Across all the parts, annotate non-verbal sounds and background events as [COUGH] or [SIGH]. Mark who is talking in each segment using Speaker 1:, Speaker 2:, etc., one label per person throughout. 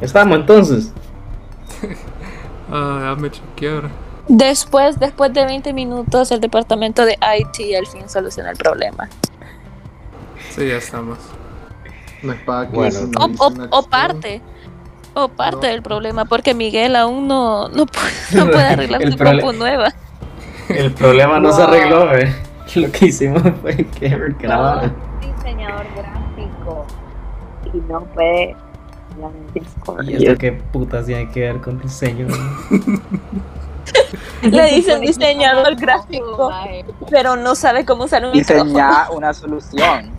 Speaker 1: Estamos entonces.
Speaker 2: Ah, déjame chequear.
Speaker 3: Después, después de 20 minutos, el departamento de IT al fin soluciona el problema.
Speaker 2: Sí, ya estamos.
Speaker 4: No es para que
Speaker 1: Bueno.
Speaker 4: se
Speaker 3: O,
Speaker 4: analicen
Speaker 3: o-
Speaker 4: las
Speaker 3: o
Speaker 4: cosas. [LAUGHS]
Speaker 3: parte. O parte
Speaker 4: No.
Speaker 3: del problema, porque Miguel aún no, no, pu- no puede arreglar
Speaker 1: El
Speaker 3: su
Speaker 1: prole-
Speaker 3: compu nueva.
Speaker 1: El problema no se
Speaker 5: Wow.
Speaker 1: arregló, eh. [LAUGHS] Lo que hicimos fue que grabara.
Speaker 5: diseñador gráfico y no puede solamente escoger.
Speaker 1: Y esto qué putas tiene que ver con diseño. [LAUGHS]
Speaker 3: Le dicen diseñador gráfico,
Speaker 5: Ay,
Speaker 3: pero no sabe cómo usar un micrófono.
Speaker 6: Diseñar una solución.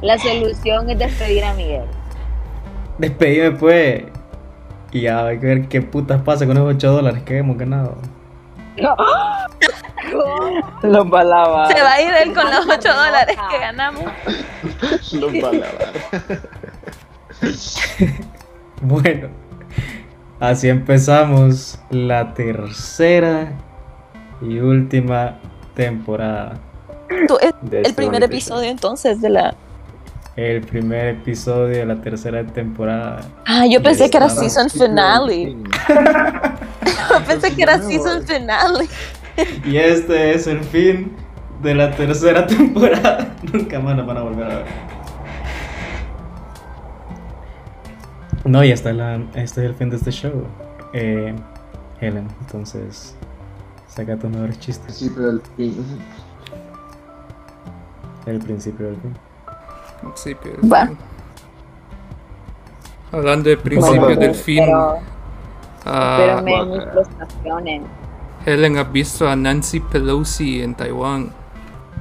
Speaker 5: La solución es despedir a Miguel.
Speaker 1: Despedime pues. Y ya hay que ver qué putas pasa con esos 8 dólares que hemos ganado.
Speaker 6: [LAUGHS] Los balaba.
Speaker 3: Se va a ir él con los 8 dólares que ganamos.
Speaker 1: [LAUGHS]
Speaker 4: Los va a lavar.
Speaker 1: Bueno, así empezamos la tercera y última temporada.
Speaker 3: Tú- es
Speaker 1: de
Speaker 3: el
Speaker 1: este
Speaker 3: primer
Speaker 1: bonito
Speaker 3: episodio entonces de la...
Speaker 1: show. El primer episodio de la tercera temporada.
Speaker 3: Ah, yo pensé que era
Speaker 1: Está-
Speaker 3: season finale. Yo pensé que era season finale.
Speaker 1: Y este es el fin de la tercera [LAUGHS] temporada. Nunca más nos van a volver a ver. No, y esta es la, este es el fin de este show. Eh, Helen, entonces saca tus mejores chistes.
Speaker 4: Sí, pero el fin.
Speaker 1: El principio del fin.
Speaker 2: Principio.
Speaker 3: Va.
Speaker 2: Hablando de principios
Speaker 4: Bueno,
Speaker 2: del fin.
Speaker 5: Pero,
Speaker 2: ah,
Speaker 5: pero me
Speaker 4: bueno.
Speaker 5: mis frustraciones.
Speaker 2: Helen ha visto a Nancy Pelosi en Taiwán.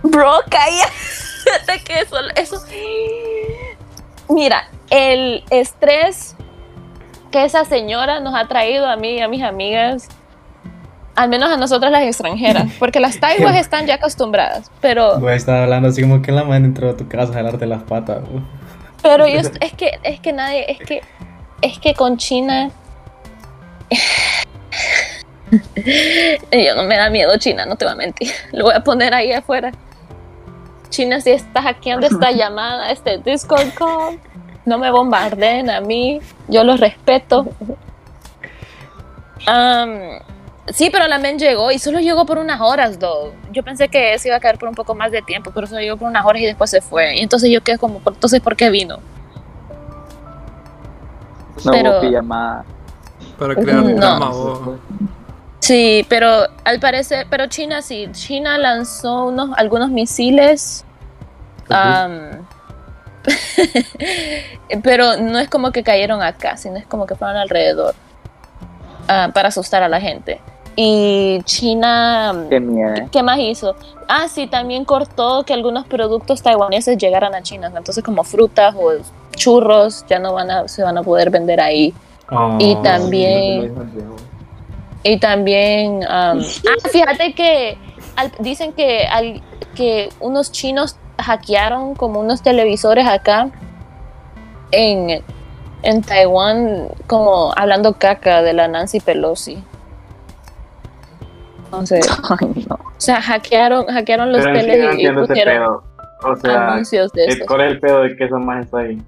Speaker 3: Bro, cállate [LAUGHS] que eso, eso. Mira, el estrés que esa señora nos ha traído a mí y a mis amigas, al menos a nosotras las extranjeras, porque las taiwas están ya acostumbradas, pero,
Speaker 1: Güey, estaba hablando así como que la mano entró a tu casa a jalarte las patas. güey.
Speaker 3: pero yo est- es que es que nadie es que es que con China [LAUGHS] yo no me da miedo China, no te voy a mentir, lo voy a poner ahí afuera. China, si estás hackeando esta llamada, este Discord call, no me bombarden a mí, yo los respeto. Am, sí, pero la men llegó y solo llegó por unas horas, though. Yo pensé que se iba a quedar por un poco más de tiempo, pero solo llegó por unas horas y después se fue. Y entonces yo quedé como, "¿Por- entonces, ¿por qué vino?
Speaker 6: No
Speaker 3: Pero-
Speaker 6: hubo pijamada.
Speaker 2: Para crear
Speaker 3: No.
Speaker 2: drama. oh. o-
Speaker 4: Bueno,
Speaker 3: Sí, pero al parecer, pero China sí, China lanzó unos, algunos misiles, am, [LAUGHS] pero no es como que cayeron acá, sino es como que fueron alrededor ah, para asustar a la gente. Y China,
Speaker 6: Qué miedo.
Speaker 3: ¿qué más hizo? Ah, sí, también cortó que algunos productos taiwaneses llegaran a China, entonces como frutas o churros ya no van a, se van a poder vender ahí. Y
Speaker 1: Ah,
Speaker 3: también-
Speaker 4: sí, no te lo dejan
Speaker 3: Y también, um,
Speaker 6: [LAUGHS]
Speaker 3: ah, fíjate que al- dicen que, al- que unos chinos hackearon como unos televisores acá en, en Taiwán, como hablando caca de la Nancy Pelosi. Entonces,
Speaker 6: [LAUGHS] Ay, no.
Speaker 3: o sea, hackearon, hackearon los Ah,
Speaker 7: Pero en sí, yo no
Speaker 3: teles y, y
Speaker 7: entiendo ese
Speaker 3: pusieron
Speaker 7: pedo. O sea,
Speaker 3: anuncios de
Speaker 7: el-
Speaker 3: estos.
Speaker 7: ¿cuál es el pedo de que esa más está ahí?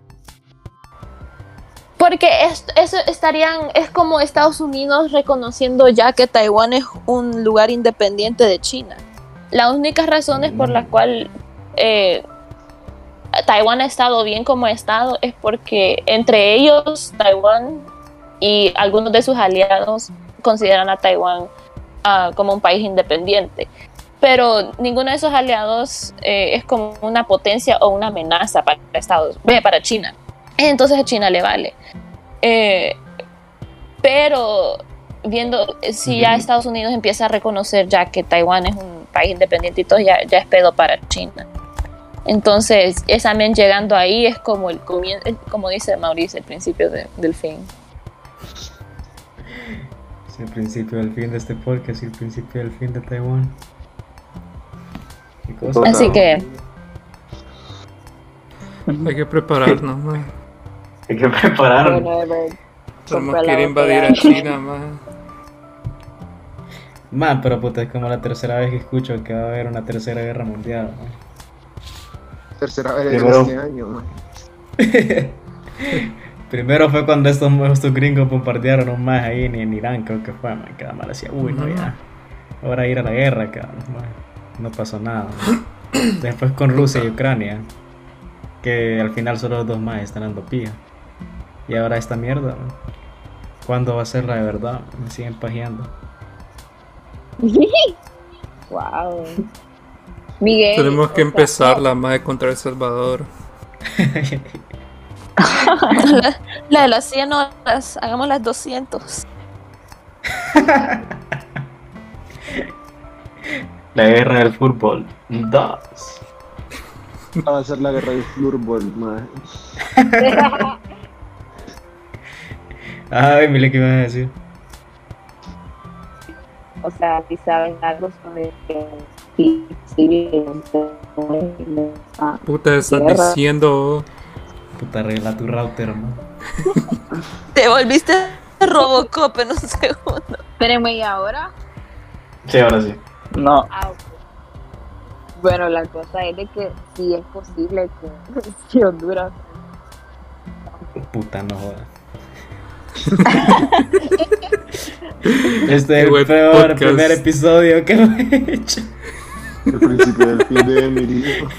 Speaker 3: Porque es- eso estarían, es como Estados Unidos reconociendo ya que Taiwán es un lugar independiente de China. Las únicas razones por las cuales eh, Taiwán ha estado bien como estado es porque entre ellos Taiwán y algunos de sus aliados consideran a Taiwán ah, como un país independiente. Pero ninguno de esos aliados eh, es como una potencia o una amenaza para Estados ve, para China. Entonces a China le vale. Eh, pero viendo eh, si ya
Speaker 1: Ujú.
Speaker 3: Estados Unidos empieza a reconocer ya que Taiwán es un país independiente y todo, ya, ya es pedo para China. Entonces, esa men llegando ahí es como el comienzo, como dice Mauricio, el principio de- del fin.
Speaker 1: Es el principio del fin de este podcast y el principio del fin de Taiwán. ¿Qué cosa?
Speaker 7: Total.
Speaker 3: Así que,
Speaker 2: Hay que prepararnos, man.
Speaker 7: Hay que prepararnos.
Speaker 5: Bueno, de verdad.
Speaker 2: Vamos
Speaker 5: Compra
Speaker 2: a
Speaker 5: la
Speaker 2: querer invadir
Speaker 5: botella
Speaker 2: a
Speaker 5: de-
Speaker 2: China, man.
Speaker 1: Man, pero puta, es como la tercera vez que escucho que va a haber una tercera guerra mundial. man.
Speaker 4: Tercera vez en
Speaker 7: Primero.
Speaker 4: este año, man.
Speaker 1: Primero fue cuando estos, estos gringos bombardearon más ahí en, en Irán, creo que fue, man, que la mala decía, uy, no, ya. Ahora ir a la guerra, cabrón. man. No pasó nada. man. Después con Rusia y Ucrania, que al final solo los dos más están dando pija. Y ahora esta mierda, man. ¿cuándo va a ser la de verdad? Me siguen pajeando.
Speaker 5: Wow. Miguel.
Speaker 2: Tenemos que
Speaker 5: o sea,
Speaker 2: empezar la madre contra El Salvador.
Speaker 3: La de las 100 horas, hagamos las 200.
Speaker 8: [LAUGHS] La guerra del fútbol. Dos.
Speaker 4: Va a ser la guerra del floorball, madre.
Speaker 1: Ay, mire qué ibas a decir.
Speaker 5: O sea, si saben algo sobre sí, sí, entonces, ah,
Speaker 2: Puta, estás
Speaker 5: Guerra.
Speaker 2: diciendo. oh.
Speaker 1: Puta, arregla tu router, man.
Speaker 3: Te volviste Robocop en un [LAUGHS] segundo.
Speaker 5: Espérenme, ¿y ahora?
Speaker 8: Sí, ahora sí.
Speaker 6: No,
Speaker 5: Ah, ok. Bueno, la cosa es de que sí es posible que, [LAUGHS] que Honduras
Speaker 1: Puta, no
Speaker 2: [LAUGHS]
Speaker 1: jodas. este es
Speaker 2: Qué
Speaker 1: el
Speaker 2: buen
Speaker 1: Este peor
Speaker 2: podcast.
Speaker 1: primer episodio que hemos hecho.
Speaker 4: El principio del fin de Emilio.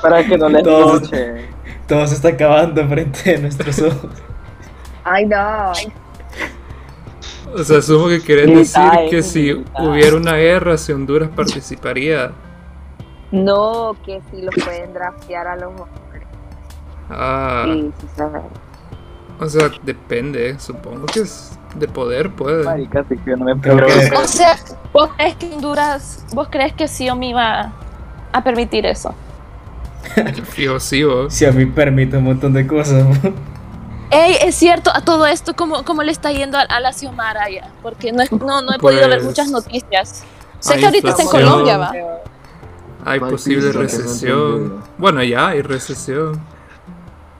Speaker 6: para que no le
Speaker 1: No.
Speaker 6: escuche.
Speaker 1: Todo se está acabando frente de nuestros ojos.
Speaker 5: Ay, no.
Speaker 2: O sea, asumo que querés decir
Speaker 6: Militar,
Speaker 2: que si
Speaker 6: militar.
Speaker 2: hubiera una guerra, si Honduras participaría.
Speaker 5: No, que si lo pueden draftear a los
Speaker 2: Ah,
Speaker 5: sí, sí, saben.
Speaker 2: o sea, depende, supongo que es de poder, puede.
Speaker 6: Marica, así que no me
Speaker 1: Creo
Speaker 6: pregunto.
Speaker 1: que-
Speaker 3: O sea, ¿vos crees que Honduras, vos crees que Xiaomi va a permitir eso?
Speaker 2: Fijo, [LAUGHS] sí, vos.
Speaker 1: Si a mí permite un montón de cosas.
Speaker 3: Ey, es cierto, a todo esto, ¿cómo, cómo le está yendo a, a la Xiomara ya? Porque no, es- no, no he podido ver
Speaker 2: Pues,
Speaker 3: muchas noticias. Sé
Speaker 2: hay
Speaker 3: que ahorita está en
Speaker 2: inflación.
Speaker 3: Colombia, va.
Speaker 2: Hay
Speaker 4: Mal
Speaker 2: posible
Speaker 4: visto que no
Speaker 2: recesión.
Speaker 4: entendiera.
Speaker 2: Bueno, ya hay recesión.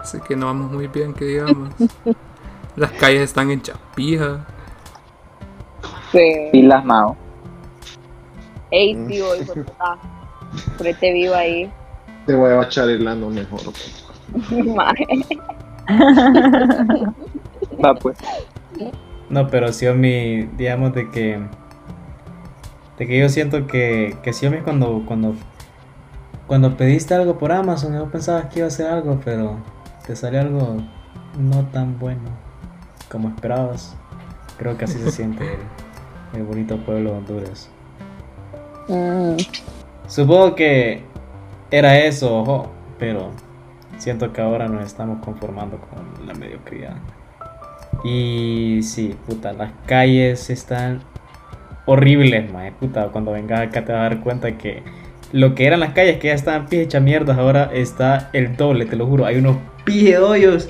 Speaker 2: Así que no vamos muy bien, que
Speaker 4: [LAUGHS]
Speaker 2: digamos. Las calles están hechas pija.
Speaker 5: Sí.
Speaker 6: Pilas, Mao.
Speaker 5: Ey, sí, voy por acá. Prete vivo ahí. [LAUGHS]
Speaker 4: Te voy a bachar el ano mejor.
Speaker 5: Maje.
Speaker 6: Va, pues.
Speaker 3: [LAUGHS]
Speaker 1: No, pero Xiaomi, digamos de que. De que yo siento que, que Xiaomi cuando, cuando. Cuando pediste algo por Amazon, yo pensaba que iba a ser algo, pero te salió algo no tan bueno como esperabas. Creo que así se siente el, el bonito pueblo de Honduras. Supongo que era eso, ojo, pero siento que ahora nos estamos conformando con la mediocridad. Y sí, puta, las calles están horribles, mae, puta. Cuando vengas acá te vas a dar cuenta que lo que eran las calles que ya estaban pije hecha mierdas, ahora está el doble, te lo juro. Hay unos pije de hoyos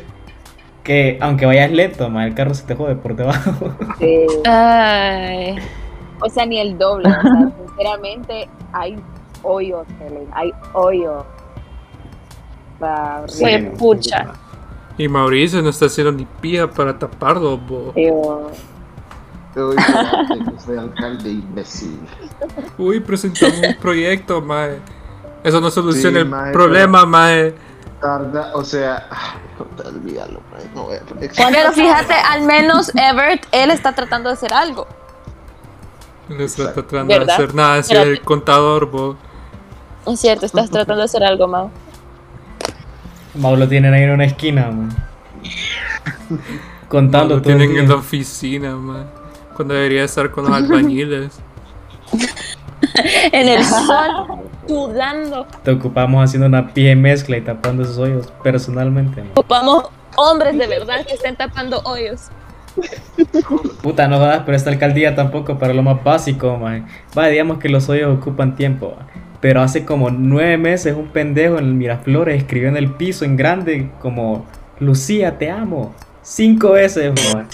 Speaker 1: que, aunque vayas lento, mae, el carro se te jode por debajo. [LAUGHS]
Speaker 5: Sí.
Speaker 3: Ay,
Speaker 5: O sea, ni el doble. O sea,
Speaker 3: [LAUGHS]
Speaker 5: sinceramente, hay hoyos, Helen. Hay hoyos. O sea,
Speaker 3: Fue
Speaker 5: horrible.
Speaker 3: pucha.
Speaker 2: Y Mauricio no está haciendo ni pija para taparlo, bo.
Speaker 5: Yo-
Speaker 4: Te doy cuenta que soy alcalde imbécil.
Speaker 2: Uy, presentamos un proyecto, mae. Eso no soluciona
Speaker 4: Sí,
Speaker 2: el
Speaker 4: mae,
Speaker 2: problema, mae.
Speaker 4: Tarda, o sea, ay, puta, olvídalo, madre. No voy a poner
Speaker 3: Pero fíjate, al menos Everett, él está tratando de hacer algo.
Speaker 2: No está
Speaker 4: Exacto.
Speaker 2: tratando de
Speaker 3: ¿Verdad?
Speaker 2: hacer nada, ese es el
Speaker 3: Espérate.
Speaker 2: contador, bo.
Speaker 3: Es cierto, estás tratando de hacer algo, Mau.
Speaker 1: Mau lo tienen ahí en una esquina,
Speaker 2: [LAUGHS]
Speaker 1: mae. Contando
Speaker 2: lo
Speaker 1: todo el
Speaker 2: tienen en
Speaker 1: día.
Speaker 2: la oficina, mae. Cuando debería estar
Speaker 4: [LAUGHS]
Speaker 2: con los albañiles.
Speaker 3: [LAUGHS] En el sol, sudando.
Speaker 1: Te ocupamos haciendo una pie mezcla y tapando esos hoyos personalmente. ¿no?
Speaker 3: Ocupamos hombres de verdad que estén tapando hoyos.
Speaker 1: Puta, no jodas, pero esta alcaldía tampoco para lo más básico, man. Va, digamos que los hoyos ocupan tiempo, va. pero hace como nueve meses un pendejo en el Miraflores escribió en el piso en grande como Lucía, te amo. Cinco veces, man.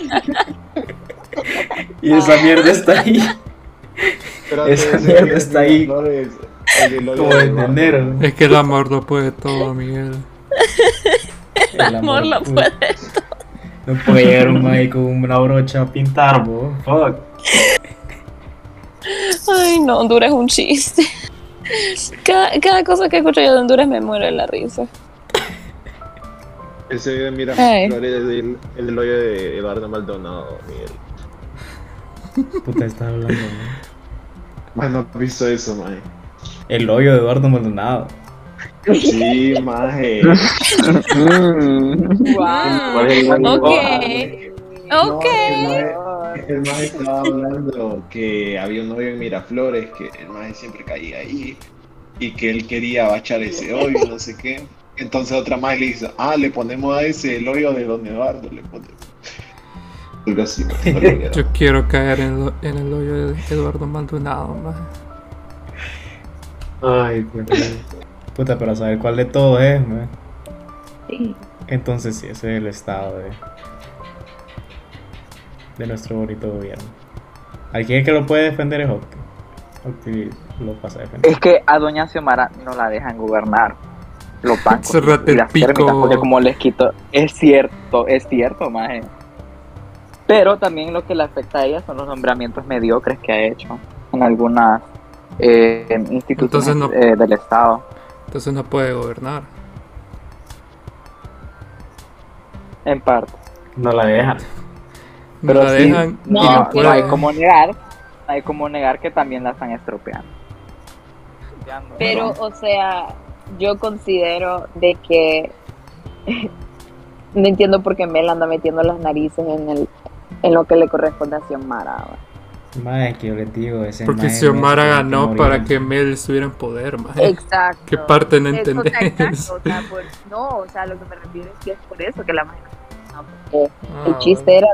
Speaker 1: [LAUGHS] y esa mierda está ahí
Speaker 4: Espérate,
Speaker 1: Esa
Speaker 4: ese
Speaker 1: mierda
Speaker 4: que
Speaker 1: está
Speaker 4: tiene
Speaker 1: ahí.
Speaker 4: flores, el del hoyo
Speaker 1: como
Speaker 4: de
Speaker 1: en
Speaker 4: barro.
Speaker 1: enero.
Speaker 2: Es que el amor lo puede todo, Miguel.
Speaker 1: El
Speaker 3: amor lo puede
Speaker 1: No puede llegar un man ahí con una brocha a pintar, bo. Fuck.
Speaker 3: Ay, no, Honduras es un chiste. Cada, cada cosa que escucho yo de Honduras me muero de la risa.
Speaker 4: Ese video mira
Speaker 9: Ay.
Speaker 4: flores del el del hoyo de Eduardo Maldonado, Miguel.
Speaker 1: Puta, estás hablando. ¿no?
Speaker 4: Man, no he visto eso,
Speaker 10: [LAUGHS]
Speaker 4: maje.
Speaker 1: El hoyo de Eduardo Maldonado.
Speaker 4: Sí, maje.
Speaker 3: Ah,
Speaker 7: ¿Cuál es el
Speaker 9: Ok.
Speaker 7: Oh,
Speaker 3: eh.
Speaker 4: No,
Speaker 9: Ok.
Speaker 4: el maje- el maje estaba hablando que había un hoyo en Miraflores, que el maje siempre caía ahí y que él quería bachar ese hoyo, no sé qué. Entonces otra maje le dice, ah, le ponemos a ese el hoyo de Don Eduardo, le ponemos. Algo así, no tengo ni idea.
Speaker 2: Yo quiero caer en, lo- en el hoyo de Eduardo Maldonado, maje.
Speaker 7: Ay, pues, Dios mío.
Speaker 1: Puta, pero a saber cuál de todos es, man. Entonces sí, ese es el estado de, de nuestro bonito gobierno. Alguien que lo puede defender es Octi. Octi lo pasa a defender.
Speaker 6: Es que a Doña Xiomara no la dejan gobernar.
Speaker 2: [LAUGHS]
Speaker 6: Los bancos
Speaker 2: Cerrate
Speaker 6: y las
Speaker 2: el pico.
Speaker 6: térmitas, porque como les quito, es cierto, es cierto, maje. Pero también lo que le afecta a ella son los nombramientos mediocres que ha hecho en algunas eh, instituciones
Speaker 2: Entonces no-
Speaker 6: eh, del Estado.
Speaker 2: Entonces no puede gobernar.
Speaker 6: En parte.
Speaker 7: No la dejan.
Speaker 2: No
Speaker 6: Pero
Speaker 2: la
Speaker 6: sí,
Speaker 2: dejan
Speaker 6: no,
Speaker 2: y no
Speaker 6: no
Speaker 2: puede.
Speaker 6: hay como negar, no hay como negar que también la están estropeando.
Speaker 5: Pero, o sea, yo considero de que [LAUGHS] no entiendo por qué Mel anda metiendo las narices en el en lo que le corresponde a Xiomara. ¿va?
Speaker 1: Mae, que yo les digo, ese
Speaker 2: Porque
Speaker 1: mae no se
Speaker 2: Xiomara
Speaker 1: tiene
Speaker 2: ganó
Speaker 1: morir.
Speaker 2: para que Mel estuviera en poder, maje.
Speaker 5: Exacto.
Speaker 2: [LAUGHS] ¿Qué parte no
Speaker 5: Es- o sea,
Speaker 2: entendés? [LAUGHS]
Speaker 5: exacto, o sea, por- no, o sea, lo que me refiero es que es por eso que la magia no, pues. porque
Speaker 2: Ah,
Speaker 5: Eh, el chiste
Speaker 2: bueno.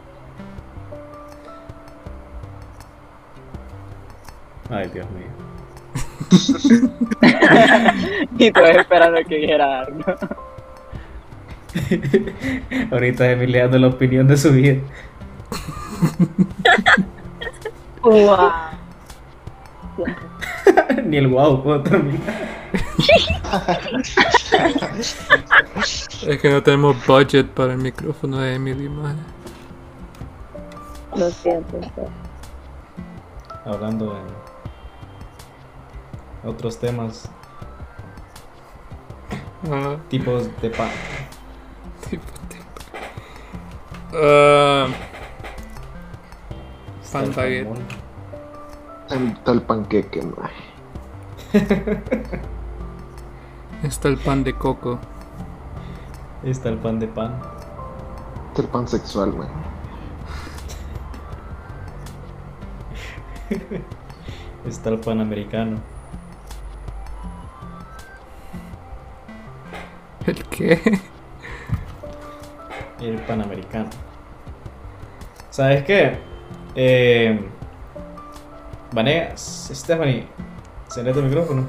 Speaker 5: era
Speaker 1: Ay, Dios mío.
Speaker 6: [LAUGHS] Y tú esperando que dijera algo.
Speaker 1: Ahorita Emily dando la opinión de su vida. [LAUGHS] Ni el guau puedo terminar.
Speaker 2: Es que no tenemos budget para el micrófono de Emily, maje.
Speaker 5: [LAUGHS] lo siento. pero-
Speaker 1: Hablando de otros temas,
Speaker 2: Ah.
Speaker 1: tipos de pan.
Speaker 2: Tipo, tipo. Ah, pan baguette.
Speaker 4: [LAUGHS] Tal panqueque, maje.
Speaker 2: Está el pan de coco.
Speaker 1: Está el pan de pan.
Speaker 4: Tal pan sexual, maje.
Speaker 1: Está el pan americano.
Speaker 2: ¿El qué? [LAUGHS]
Speaker 1: el panamericano. ¿Sabes qué? Eh, Vanegas, Stephanie, cerré tu micrófono.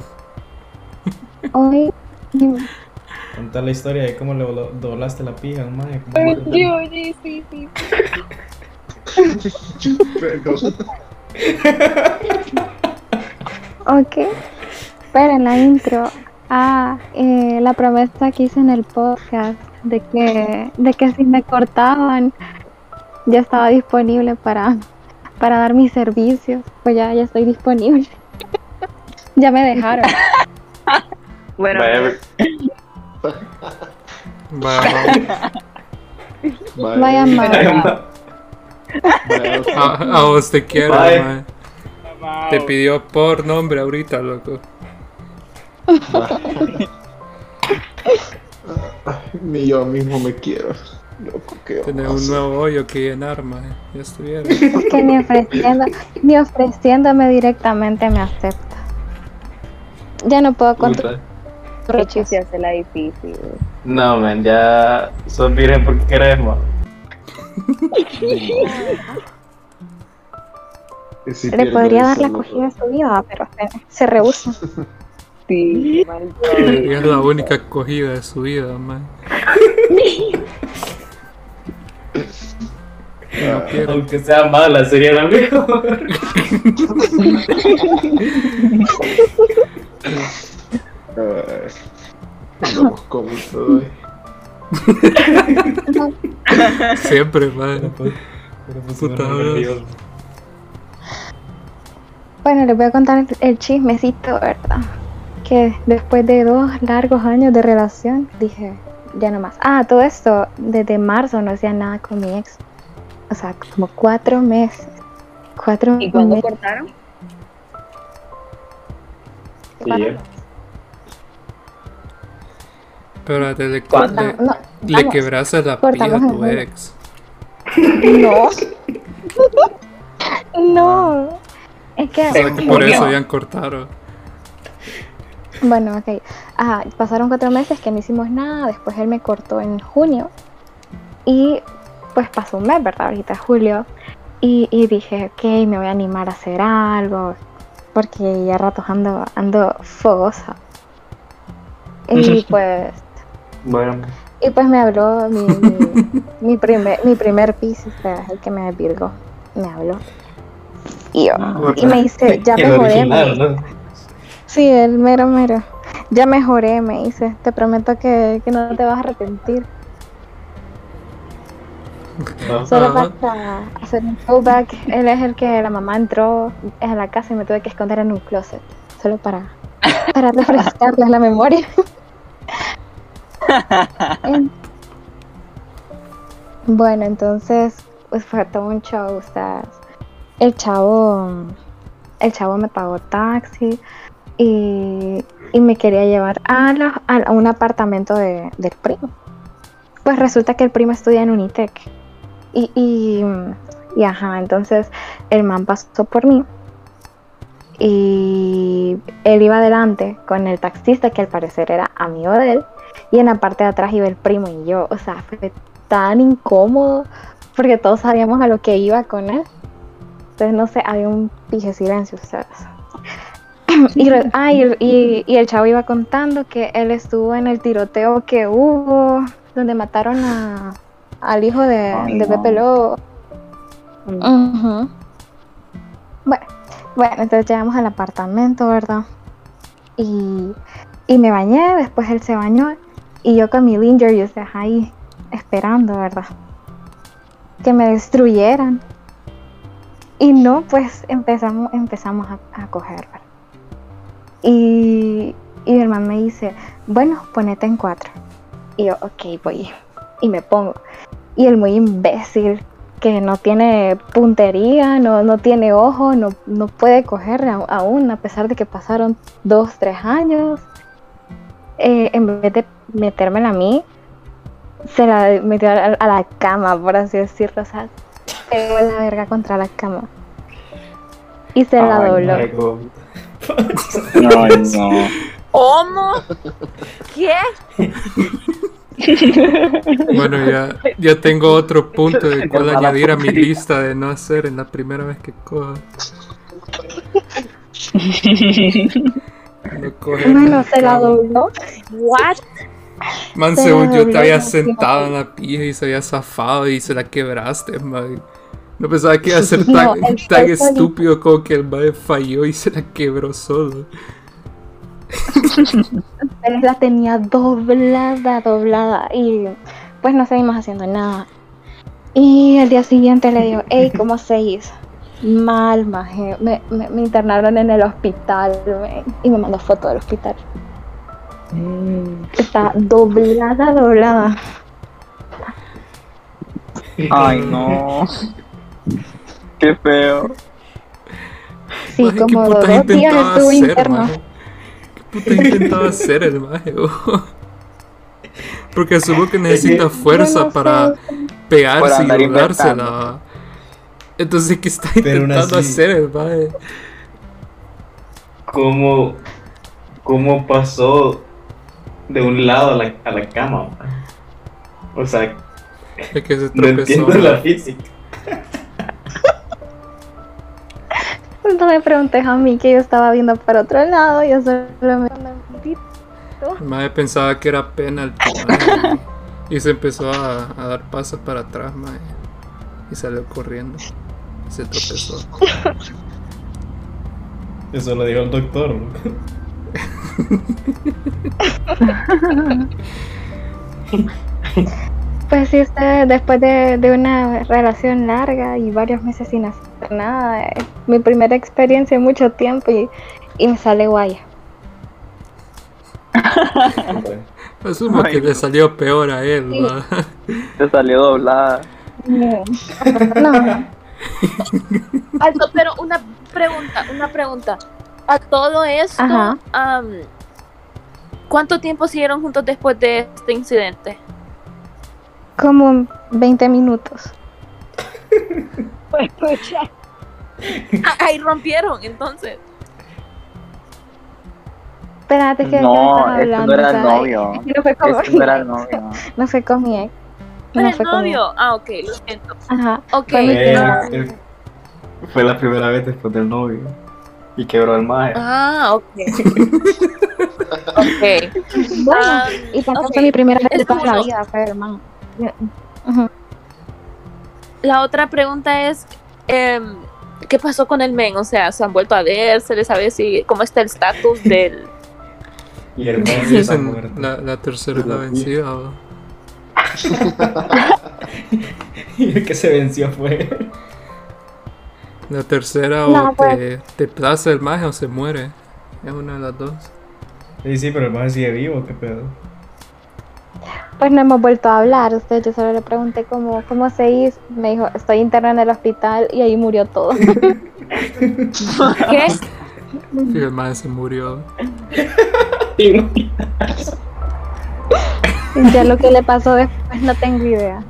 Speaker 1: Contar la historia de cómo le vol- doblaste la pija, madre.
Speaker 5: Ay,
Speaker 1: [LAUGHS]
Speaker 5: Dios, sí, sí, sí.
Speaker 10: Ok. Pero en la intro, ah, eh, la promesa que hice en el podcast de que, de que si me cortaban, ya estaba disponible para, para dar mis servicios. Pues ya, ya estoy disponible. ya me dejaron.
Speaker 5: Bueno,
Speaker 7: Vaya,
Speaker 2: Vaya,
Speaker 5: [LAUGHS]
Speaker 10: Vaya madre.
Speaker 2: a, a vos te quiero,
Speaker 7: Bye.
Speaker 2: man. Te pidió por nombre ahorita, loco.
Speaker 4: Ni yo mismo me quiero. Loco, qué
Speaker 2: Tener un
Speaker 4: oso.
Speaker 2: nuevo hoyo que llenar, man. eh. Ya estuviera.
Speaker 10: Es que ni, ofreciendo, ni ofreciéndome directamente me acepta. Ya no puedo controlar.
Speaker 7: puta.
Speaker 10: tu
Speaker 5: qué chiste
Speaker 10: rechazo.
Speaker 5: hace la difícil.
Speaker 7: No, man, ya sos virgen porque queremos.
Speaker 4: Y si
Speaker 10: Le
Speaker 4: pierdo
Speaker 10: podría dar
Speaker 4: eso,
Speaker 10: la
Speaker 4: loco.
Speaker 10: cogida a su vida, pero se, se rehúsa.
Speaker 5: Sí, maldito.
Speaker 2: Es la única cogida de su vida, man. Y No quiero.
Speaker 7: Aunque sea mala, sería la mejor.
Speaker 4: Ay, Andamos como todo. eh.
Speaker 2: Siempre,
Speaker 7: [LAUGHS]
Speaker 2: man. Puta madre.
Speaker 10: Bueno, les voy a contar el chismecito, ¿verdad? Que después de dos largos años de relación, dije, ya no más. Ah, todo esto, desde marzo no hacía nada con mi ex. O sea, como cuatro meses. Cuatro
Speaker 5: ¿Y cuándo
Speaker 10: meses.
Speaker 5: cortaron? [LAUGHS]
Speaker 7: Sí, eh.
Speaker 2: Pero te le,
Speaker 7: ¿Cuándo?
Speaker 2: le,
Speaker 10: No,
Speaker 2: le
Speaker 10: vamos.
Speaker 2: quebraste la pija
Speaker 10: Cortamos
Speaker 2: a
Speaker 10: en
Speaker 2: tu
Speaker 10: junio.
Speaker 2: ex.
Speaker 10: No. [LAUGHS] no. Es que.
Speaker 2: O sea, que por eso ya cortaron.
Speaker 10: Bueno, ok. Ajá, pasaron cuatro meses que no hicimos nada. Después él me cortó en junio. Y pues pasó un mes, ¿verdad? Ahorita es julio. Y, y dije, ok, me voy a animar a hacer algo. Porque ya ratos ando, ando fogosa. Y pues.
Speaker 7: Bueno,
Speaker 10: Y pues me habló
Speaker 7: [LAUGHS]
Speaker 10: mi, mi, mi primer, mi primer Piscis, ¿verdad? el que me virgo. Me habló. Y yo. Y me dice,
Speaker 7: [LAUGHS]
Speaker 10: ya
Speaker 7: el
Speaker 10: me jodé. me
Speaker 7: original, ¿no?
Speaker 10: Sí, el mero mero. Ya mejoré, me dice. Te prometo que, que no te vas a arrepentir.
Speaker 7: No.
Speaker 10: Solo
Speaker 2: Ajá.
Speaker 10: para hacer un throwback. Él es el que la mamá entró a la casa y me tuve que esconder en un closet. Solo para, para refrescarles la memoria. [LAUGHS] En- bueno, entonces, pues fue todo un show. o sea, el chavo. El chavo me pagó taxi y, y me quería llevar a, la- a un apartamento de- del primo. Pues resulta que el primo estudia en Unitec. Y, y, y ajá, entonces el man pasó por mí y él iba adelante con el taxista que al parecer era amigo de él y en la parte de atrás iba el primo y yo, o sea, fue tan incómodo porque todos sabíamos a lo que iba con él. Entonces, no sé, había un pije silencio,
Speaker 6: [LAUGHS]
Speaker 10: ustedes. Y, re- ah, y- y- y el chavo iba contando que él estuvo en el tiroteo que hubo, donde mataron a, al hijo de,
Speaker 6: Ay, no.
Speaker 10: de
Speaker 6: Mm.
Speaker 10: Pepe Lobo. Ujú. Bueno, bueno, entonces llegamos al apartamento, ¿verdad? Y, y me bañé, después él se bañó y yo con mi Linger, yo estaba ahí esperando, ¿verdad? Que me destruyeran. Y no, pues empezamos, empezamos a, a coger, ¿verdad? Y, y mi hermano me dice, bueno, ponete en cuatro. Y yo, ok, voy. Y me pongo. Y el muy imbécil, que no tiene puntería, no, no tiene ojo, no, no puede coger a- aún, a pesar de que pasaron dos, tres años, eh, en vez de metérmela a mí, se la metió a, a la cama, por así decirlo. O sea, pegó la verga contra la cama. Y se la
Speaker 7: Ay,
Speaker 10: dobló.
Speaker 7: marico.
Speaker 6: No, no.
Speaker 3: ¿Cómo? ¿Qué?
Speaker 2: Bueno, ya, ya tengo otro punto de cuál
Speaker 6: Guardaba
Speaker 2: añadir a mi
Speaker 6: porquería.
Speaker 2: lista de no hacer en la primera vez que cojo. No coge
Speaker 10: Bueno,
Speaker 2: la
Speaker 10: se la
Speaker 2: cama.
Speaker 10: dobló.
Speaker 3: ¿What?
Speaker 2: Man,
Speaker 10: se la
Speaker 2: según yo
Speaker 10: dobló
Speaker 2: te había
Speaker 10: demasiado.
Speaker 2: sentado en la pija y se había zafado y se la quebraste, man. No pensaba que iba a ser
Speaker 10: [LAUGHS] No,
Speaker 2: tan,
Speaker 10: él fue
Speaker 2: tan
Speaker 10: solito.
Speaker 2: estúpido como que el man falló y se la quebró solo.
Speaker 10: Él la tenía doblada, doblada. Y pues no seguimos haciendo nada. Y al día siguiente le digo, hey, ¿cómo se hizo? Mal, maje. Me, me- me internaron en el hospital me- y me mandó foto del hospital.
Speaker 2: Mm.
Speaker 10: Está doblada, doblada.
Speaker 6: Ay, no. Qué feo.
Speaker 10: Sí,
Speaker 2: Maje,
Speaker 10: como
Speaker 2: ¿qué
Speaker 10: dos
Speaker 2: putas
Speaker 10: días
Speaker 2: intentaba
Speaker 10: estuve
Speaker 2: hacer,
Speaker 10: interno.
Speaker 2: maje? ¿Qué putas intentaba hacer el maje? [LAUGHS] bo? Porque supongo que necesita fuerza
Speaker 10: Yo no sé.
Speaker 2: para pegarse
Speaker 6: andar
Speaker 2: y doblársela.
Speaker 6: inventando.
Speaker 2: va. Entonces, ¿qué está
Speaker 1: Pero aún
Speaker 2: intentando
Speaker 1: así-
Speaker 2: hacer el maje?
Speaker 7: ¿Cómo, cómo pasó de un lado a la, a la cama? man? O sea,
Speaker 2: Es que se
Speaker 7: no
Speaker 2: tropezó.
Speaker 7: entiendo la física.
Speaker 10: Pues, No me preguntes a mí que yo estaba viendo para otro lado. Yo solo me...
Speaker 2: El maje pensaba que era
Speaker 10: [LAUGHS]
Speaker 2: penal maje, y se empezó a, a dar pasos para atrás, maje. Y salió corriendo. Y se tropezó.
Speaker 1: Eso lo dijo el doctor. ¿no?
Speaker 10: Pues sí, usted, después de, de una relación larga y varios meses sin hacer nada, es mi primera experiencia en mucho tiempo y, y me sale guaya.
Speaker 2: Asumo
Speaker 6: Ay,
Speaker 2: que
Speaker 6: no.
Speaker 2: le salió peor a él,
Speaker 5: Sí.
Speaker 2: ¿va?
Speaker 10: [LAUGHS]
Speaker 6: Te salió doblada.
Speaker 3: Mm.
Speaker 10: No. No.
Speaker 3: Alto, pero una pregunta, una pregunta. A todo esto,
Speaker 10: Ajá.
Speaker 3: am, ¿cuánto tiempo siguieron juntos después de este
Speaker 10: [LAUGHS]
Speaker 3: incidente?
Speaker 10: Como 20 minutos.
Speaker 5: Pues, pucha.
Speaker 3: Ah, Ahí rompieron, entonces.
Speaker 10: Espérate que
Speaker 6: No,
Speaker 10: estaba
Speaker 6: este no
Speaker 10: hablando.
Speaker 6: era el
Speaker 10: ¿sabes?
Speaker 6: novio.
Speaker 10: [LAUGHS] Es que no fue con
Speaker 6: Este no era el novio.
Speaker 10: No fue con mi ex.
Speaker 3: ¿Fue
Speaker 10: No
Speaker 3: el
Speaker 10: fue con mi ex.
Speaker 3: novio? Ah, ok, lo siento.
Speaker 10: Ajá.
Speaker 3: Ok.
Speaker 10: Fue mi
Speaker 7: Eh,
Speaker 10: primera.
Speaker 7: eh, fue la primera vez después del novio. Y quebró el maje.
Speaker 3: Ah,
Speaker 10: [LAUGHS]
Speaker 3: ok. ok.
Speaker 10: Bueno,
Speaker 3: Ah,
Speaker 10: y tampoco
Speaker 3: ok.
Speaker 10: fue mi primera vez de
Speaker 3: Es
Speaker 10: toda la
Speaker 3: bueno.
Speaker 10: vida, fue hermano. Ujú.
Speaker 3: La otra pregunta es, em, ¿qué pasó con el men? O sea, ¿se han vuelto a ver? ¿Se le sabe si cómo está el
Speaker 10: [LAUGHS]
Speaker 3: estatus del...
Speaker 7: Y el maje está
Speaker 2: Dicen
Speaker 7: muerto. [LAUGHS]
Speaker 2: la, la tercera es la
Speaker 7: Pero sí.
Speaker 2: vencida, ¿va?
Speaker 1: Y el que se venció fue.
Speaker 2: La tercera
Speaker 10: No,
Speaker 2: o
Speaker 10: pues.
Speaker 2: te, te plaza el maje o se muere. Es una de las dos.
Speaker 1: [LAUGHS] Sí, sí, pero el maje sigue vivo, qué pedo.
Speaker 10: Pues no hemos vuelto a hablar. Usted, yo solo le pregunté cómo, cómo se hizo. Me dijo, estoy interna en el hospital y ahí murió todo.
Speaker 3: ¿Qué?
Speaker 2: Y el maje se murió.
Speaker 10: [LAUGHS] ya lo que le pasó después no tengo idea.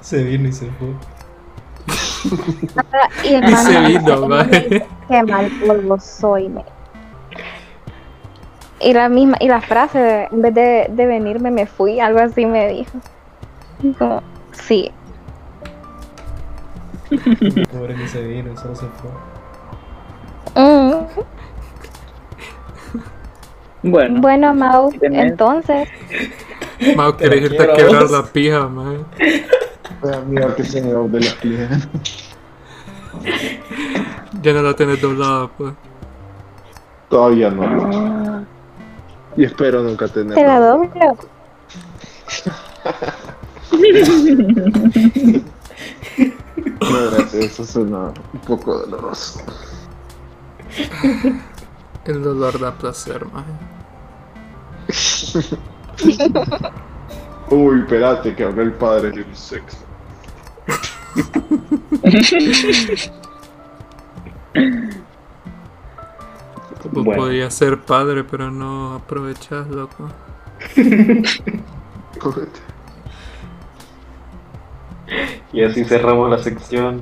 Speaker 1: Se vino y se
Speaker 7: [LAUGHS]
Speaker 1: fue.
Speaker 10: Y
Speaker 2: Y
Speaker 10: hermano,
Speaker 2: se vino, maje.
Speaker 10: qué mal polvo soy, me. Y la misma, y la frase, de, en vez de, de venirme, me fui, algo así me dijo. Y Como, sí,
Speaker 1: El pobre ni se vino, solo se fue.
Speaker 10: Mm,
Speaker 6: Bueno,
Speaker 10: Bueno, Mau,
Speaker 6: ¿y tenés?
Speaker 10: entonces,
Speaker 2: Mau
Speaker 1: Te la
Speaker 2: quiere irte a
Speaker 1: quiero a
Speaker 2: quebrar
Speaker 1: vos.
Speaker 2: la pija, maje.
Speaker 4: Fue amigo que se me de las piedras.
Speaker 2: Ya no la tenés doblada, pues.
Speaker 4: Todavía no. Y espero nunca tenerlo.
Speaker 10: te la doblo.
Speaker 4: No, gracias, eso suena un poco doloroso.
Speaker 2: El dolor da placer, maje.
Speaker 4: Uy, espérate, que habló el padre de mi sexo.
Speaker 7: Bueno.
Speaker 2: Como Pues podía ser padre, pero no aprovechás, loco.
Speaker 4: Cógete.
Speaker 7: Y así cerramos la sección.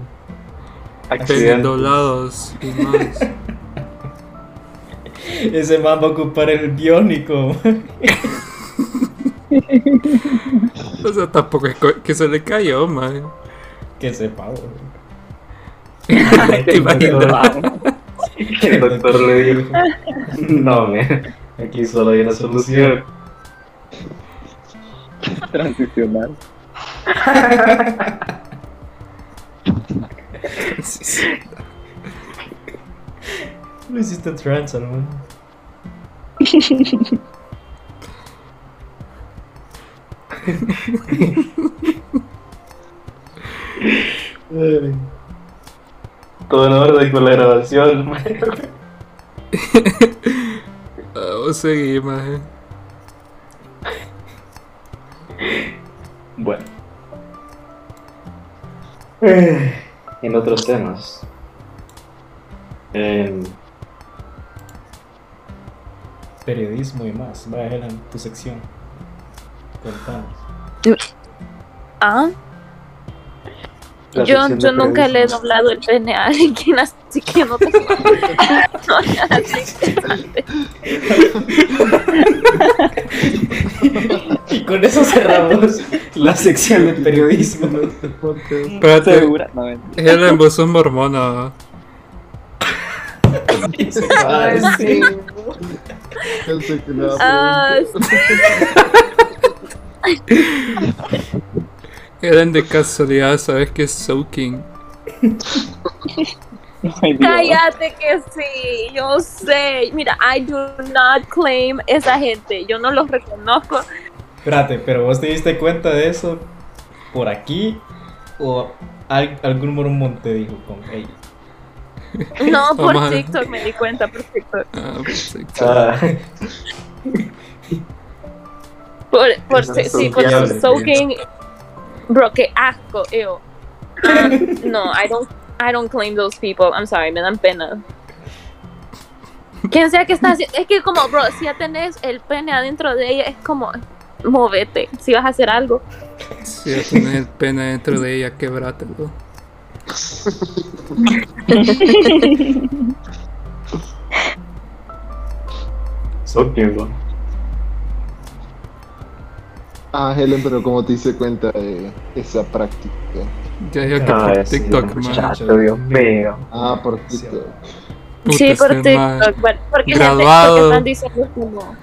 Speaker 2: Penes
Speaker 7: Accidente.
Speaker 2: doblados y
Speaker 7: [LAUGHS]
Speaker 2: más.
Speaker 1: Ese man va a ocupar el biónico. [LAUGHS]
Speaker 2: O sea, tampoco es co- que se le cayó, maje.
Speaker 1: que sepa, bro.
Speaker 2: [LAUGHS] Te imaginas.
Speaker 7: [LAUGHS]
Speaker 6: ah,
Speaker 7: El doctor le dijo: No, men, aquí solo hay una solución.
Speaker 6: transicional.
Speaker 1: Lo hiciste trans, hermano.
Speaker 7: Ay. Todo en orden con la grabación. man.
Speaker 2: Ah, Vos seguí, maje.
Speaker 7: Bueno. Eh, En otros temas. Em,
Speaker 1: Periodismo y más. Va a dejar en tu sección. Contanos.
Speaker 3: Ah,
Speaker 7: la
Speaker 3: yo,
Speaker 7: sección de
Speaker 3: yo nunca le he
Speaker 7: [LAUGHS] periodismo.
Speaker 3: doblado el pene a alguien, así que
Speaker 7: [LAUGHS]
Speaker 3: no tengo no, nada de interesante.
Speaker 1: Y con eso cerramos [LAUGHS] la
Speaker 7: [LAUGHS]
Speaker 1: sección de periodismo.
Speaker 2: Espérate,
Speaker 6: Segura, no mentira.
Speaker 2: Helen, vos sos mormona. ¿va?
Speaker 1: Ay, sí.
Speaker 4: Gente que me va a
Speaker 3: Ah,
Speaker 2: Helen, de casualidad, ¿sabes qué es soaking?
Speaker 6: Ay, Dios.
Speaker 3: cállate que sí, yo sé. Mira, I do not claim esa gente, yo no los
Speaker 7: [LAUGHS]
Speaker 3: reconozco.
Speaker 1: Espérate, pero vos te diste cuenta de eso por aquí o al- algún mormón te dijo con ella.
Speaker 3: No, por
Speaker 2: Omar. pues,
Speaker 1: [LAUGHS]
Speaker 3: TikTok me di cuenta, por TikTok.
Speaker 2: Ah, pues, sí.
Speaker 7: Ah,
Speaker 3: Por, por,
Speaker 7: Esas
Speaker 3: sí,
Speaker 7: son
Speaker 3: sí, por
Speaker 7: viables,
Speaker 3: soaking. Bro, qué asco, ew. Ah, no, I don't, I don't claim those people. I'm sorry, me dan pena. Quien sea que está haciendo. Es que, como, bro, si ya tenés el pene adentro de ella, es como. Móvete, si vas a hacer algo.
Speaker 2: Si ya tenés el pene dentro de ella, quebrátelo.
Speaker 7: Soaking, bro.
Speaker 11: Ah, Helen, pero ¿cómo te hice cuenta de esa práctica?
Speaker 2: Ya yo que
Speaker 7: Ay,
Speaker 2: por
Speaker 7: sí,
Speaker 2: TikTok,
Speaker 7: Ah, muchacho,
Speaker 2: man.
Speaker 7: Dios mío.
Speaker 11: Ah, por TikTok.
Speaker 2: Puta,
Speaker 3: sí, por
Speaker 2: este man-
Speaker 3: TikTok. bueno, Porque en el TikTok
Speaker 2: graduado.
Speaker 3: están diciendo como.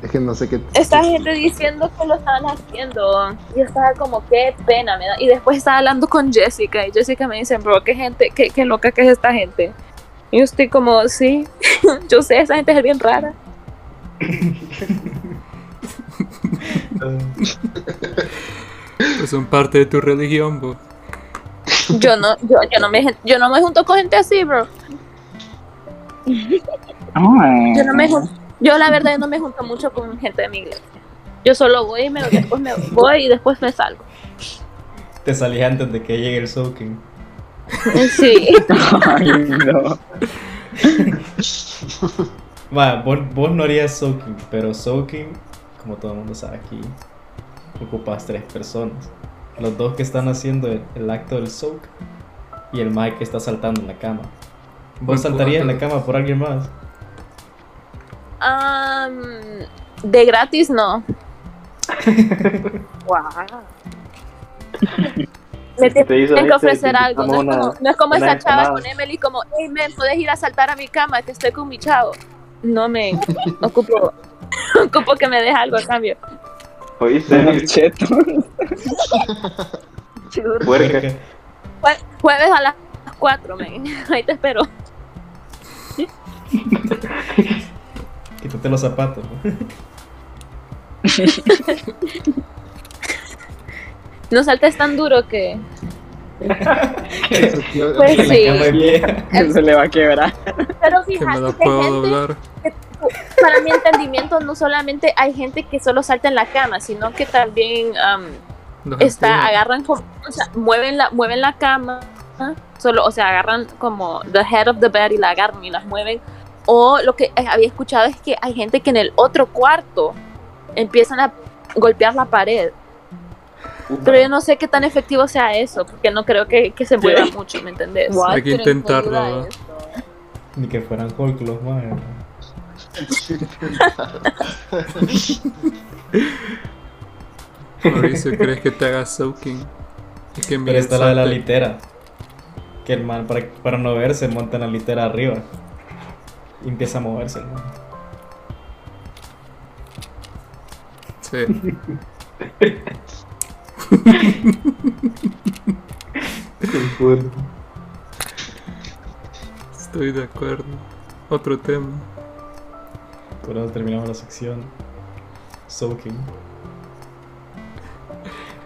Speaker 11: Es que no sé qué.
Speaker 3: Esta gente diciendo que lo estaban haciendo. Y yo estaba como, qué pena me da. Y después estaba hablando con Jessica. Y Jessica me dice, bro, qué gente, qué, qué loca que es esta gente. Y yo estoy como, sí, [LAUGHS] yo sé, esa gente es bien rara.
Speaker 2: Pues son parte de tu religión, bo.
Speaker 3: Yo no, yo, yo no me yo no me junto con gente así, bro.
Speaker 6: Ay.
Speaker 3: Yo no me jun- yo la verdad yo no me junto mucho con gente de mi iglesia. Yo solo voy y me, después me voy y después me salgo.
Speaker 1: Te salí antes de que llegue el soaking.
Speaker 3: Sí. [LAUGHS]
Speaker 6: Ay, no.
Speaker 1: Va, vos, vos no harías soaking, pero soaking, como todo el mundo sabe aquí, ocupas tres personas. Los dos que están haciendo el, el acto del soak y el Mike que está saltando en la cama. ¿Vos saltarías en la cama por alguien más?
Speaker 3: Am, de gratis no. Me
Speaker 7: te hizo
Speaker 3: tienen
Speaker 7: ahí,
Speaker 3: que
Speaker 7: te-
Speaker 3: ofrecer
Speaker 7: te
Speaker 3: algo. No es
Speaker 7: invitamos
Speaker 3: como,
Speaker 7: una-
Speaker 3: no es como
Speaker 7: una
Speaker 3: esa chava
Speaker 7: empanada.
Speaker 3: con Emily, como, hey, men, puedes ir a saltar a mi cama que estoy con mi chavo. No me ocupo, [LAUGHS] ocupo que me deje algo a cambio.
Speaker 7: ¿Oíste?
Speaker 6: Cheto.
Speaker 7: Puerca.
Speaker 3: Jue- jueves a las 4, men. [LAUGHS] Ahí te espero.
Speaker 1: [LAUGHS] Quítate los zapatos. ¿no?
Speaker 3: No saltes tan duro que.
Speaker 11: Pues
Speaker 1: La cama
Speaker 3: Pues sí.
Speaker 1: es vieja.
Speaker 6: Se le va a quebrar.
Speaker 3: Pero
Speaker 2: Que me la
Speaker 3: fíjate que hay
Speaker 2: puedo
Speaker 3: gente
Speaker 2: doblar.
Speaker 3: para mi entendimiento, no solamente hay gente que solo salta en la cama, sino que también am,
Speaker 2: Los
Speaker 3: está,
Speaker 2: empujo.
Speaker 3: agarran, como- o sea, mueven la, mueven la cama, ¿ah? solo, o sea, agarran como the head of the bed y la agarran y las mueven. O lo que eh, había escuchado es que hay gente que en el otro cuarto empiezan a golpear la pared. Pero yo no sé qué tan efectivo sea eso, porque no creo que, que se mueva mucho, ¿me entendés?
Speaker 5: What?
Speaker 2: Hay que
Speaker 5: Pero en
Speaker 2: intentarlo,
Speaker 5: realidad
Speaker 2: ¿verdad?
Speaker 5: es-
Speaker 1: [LAUGHS] Ni que fueran Hulk los más.
Speaker 2: Mauricio, ¿crees que te haga soaking? Es que
Speaker 1: Pero
Speaker 2: mira,
Speaker 1: está la de la
Speaker 2: salte.
Speaker 1: litera. Que el man, para, para no verse, monta en la litera arriba. Y empieza a moverse. ¿no?
Speaker 2: Sí. Estoy de acuerdo. Otro tema.
Speaker 1: Por eso terminamos la sección. Soaking.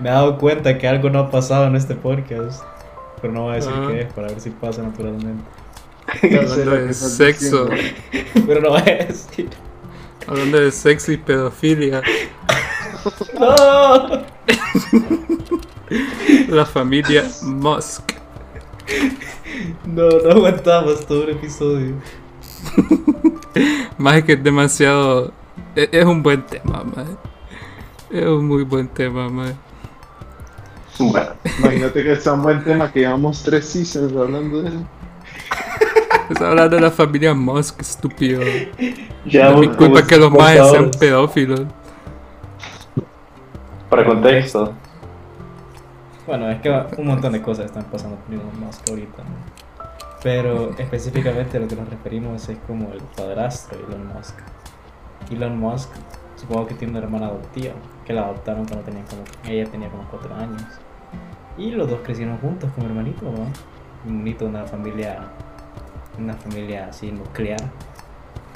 Speaker 1: Me he dado cuenta que algo no ha pasado en este podcast. Pero no voy a decir
Speaker 2: Ah.
Speaker 1: qué es para ver si pasa naturalmente.
Speaker 2: Hablando de sexo.
Speaker 1: Pero no voy a decir.
Speaker 2: Hablando de sexo y pedofilia.
Speaker 1: ¡No!
Speaker 2: La familia Musk.
Speaker 1: No, no aguantamos todo un episodio.
Speaker 2: Más que es demasiado. e- Es un buen tema, man. Es un muy buen tema, man.
Speaker 11: Imagínate que es tan buen tema que llevamos tres seasons hablando de él.
Speaker 2: Estás hablando de la familia Musk, estúpido.
Speaker 7: Ya
Speaker 2: No es mi
Speaker 7: vamos
Speaker 2: culpa
Speaker 7: como
Speaker 2: que los maes sean
Speaker 7: portadores.
Speaker 2: pedófilos.
Speaker 7: Para contexto.
Speaker 1: Bueno, es que un montón de cosas están pasando por Elon Musk ahorita, ¿no? Pero específicamente a lo que nos referimos es como el padrastro de Elon Musk. Elon Musk supongo que tiene una hermana adoptiva, que la adoptaron cuando tenía como, ella tenía como 4 años. Y los dos crecieron juntos como hermanitos, ¿no? Un bonito, una familia, una familia así nuclear.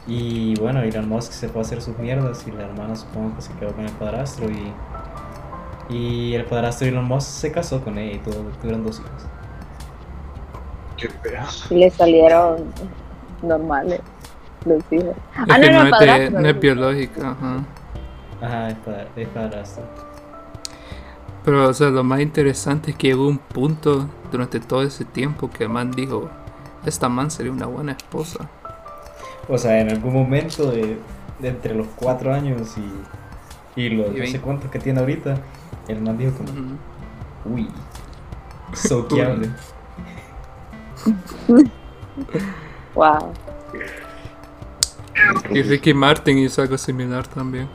Speaker 1: Y bueno, Elon Musk se fue a hacer sus mierdas y la hermana supongo que se quedó con el padrastro y y el padrastro de Elon Musk se casó con ella y tuvo- tuvieron dos hijos.
Speaker 4: Qué feo.
Speaker 5: Le salieron normales los hijos.
Speaker 2: Es
Speaker 5: Ah, no,
Speaker 2: que
Speaker 5: no,
Speaker 2: no, es de-
Speaker 5: padrastro.
Speaker 2: no es biológica, ajá.
Speaker 1: Ajá, es, para, es padrastro.
Speaker 2: Pero, o sea, lo más interesante es que llegó un punto durante todo ese tiempo que el man dijo: Esta man sería una buena esposa.
Speaker 1: O sea, en algún momento de, de entre los cuatro años y, y los
Speaker 2: Y
Speaker 1: no sé
Speaker 2: veinte.
Speaker 1: cuántos que tiene ahorita, el man dijo como,
Speaker 2: Ujú.
Speaker 1: uy, soqueable.
Speaker 5: Wow.
Speaker 2: Y Ricky Martin hizo algo similar también.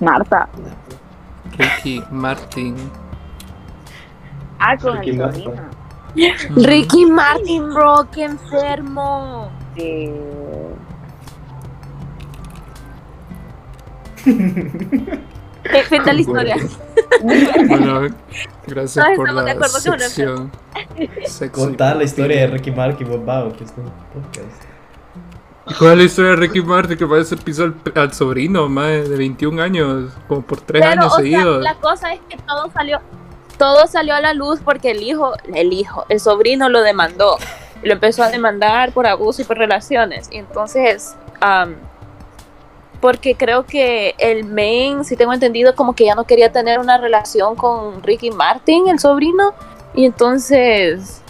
Speaker 5: Marta.
Speaker 2: Ricky Martin.
Speaker 5: Ah, con
Speaker 7: Ricky
Speaker 5: el
Speaker 7: Martin.
Speaker 5: sobrino.
Speaker 3: Ricky Martin, bro, qué enfermo.
Speaker 5: Sí.
Speaker 3: Fe- Fin de la historia.
Speaker 2: Bueno, gracias
Speaker 3: Todos
Speaker 2: por
Speaker 3: estamos de
Speaker 2: la
Speaker 3: acuerdo con
Speaker 2: sección. Sexy
Speaker 1: Contar la
Speaker 2: Martin.
Speaker 1: historia de Ricky Mark y Bob Bao, que es un podcast.
Speaker 2: ¿Cuál es la historia de Ricky Martin que parece pisó al, al sobrino más de 21 años, como por 3
Speaker 3: Pero,
Speaker 2: años
Speaker 3: o sea,
Speaker 2: seguidos?
Speaker 3: la cosa es que todo salió, todo salió a la luz porque el hijo, el hijo, el sobrino lo demandó. Lo empezó a demandar por abuso y por relaciones. Y entonces, am, porque creo que el main, si tengo entendido, como que ya no quería tener una relación con Ricky Martin, el sobrino. Y entonces,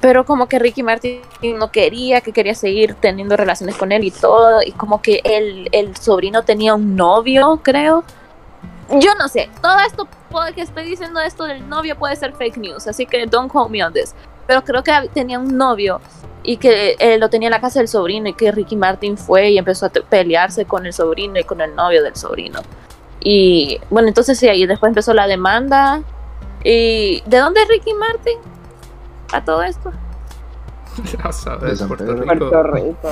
Speaker 3: pero como que Ricky Martin no quería, que quería seguir teniendo relaciones con él y todo. Y como que el, el sobrino tenía un novio, creo. Yo no sé, todo esto puede que estoy diciendo esto del novio puede ser fake news, así que don't quote me on this. Pero creo que tenía un novio y que eh, lo tenía en la casa del sobrino y que Ricky Martin fue y empezó a te- pelearse con el sobrino y con el novio del sobrino. Y bueno, entonces sí, ahí después empezó la demanda. ¿Y de dónde es Ricky Martin? A todo esto.
Speaker 2: [LAUGHS] Ya
Speaker 11: De
Speaker 2: sabes,
Speaker 11: San
Speaker 2: Puerto
Speaker 11: Pedro.
Speaker 2: Rico.
Speaker 5: Puerto Rico.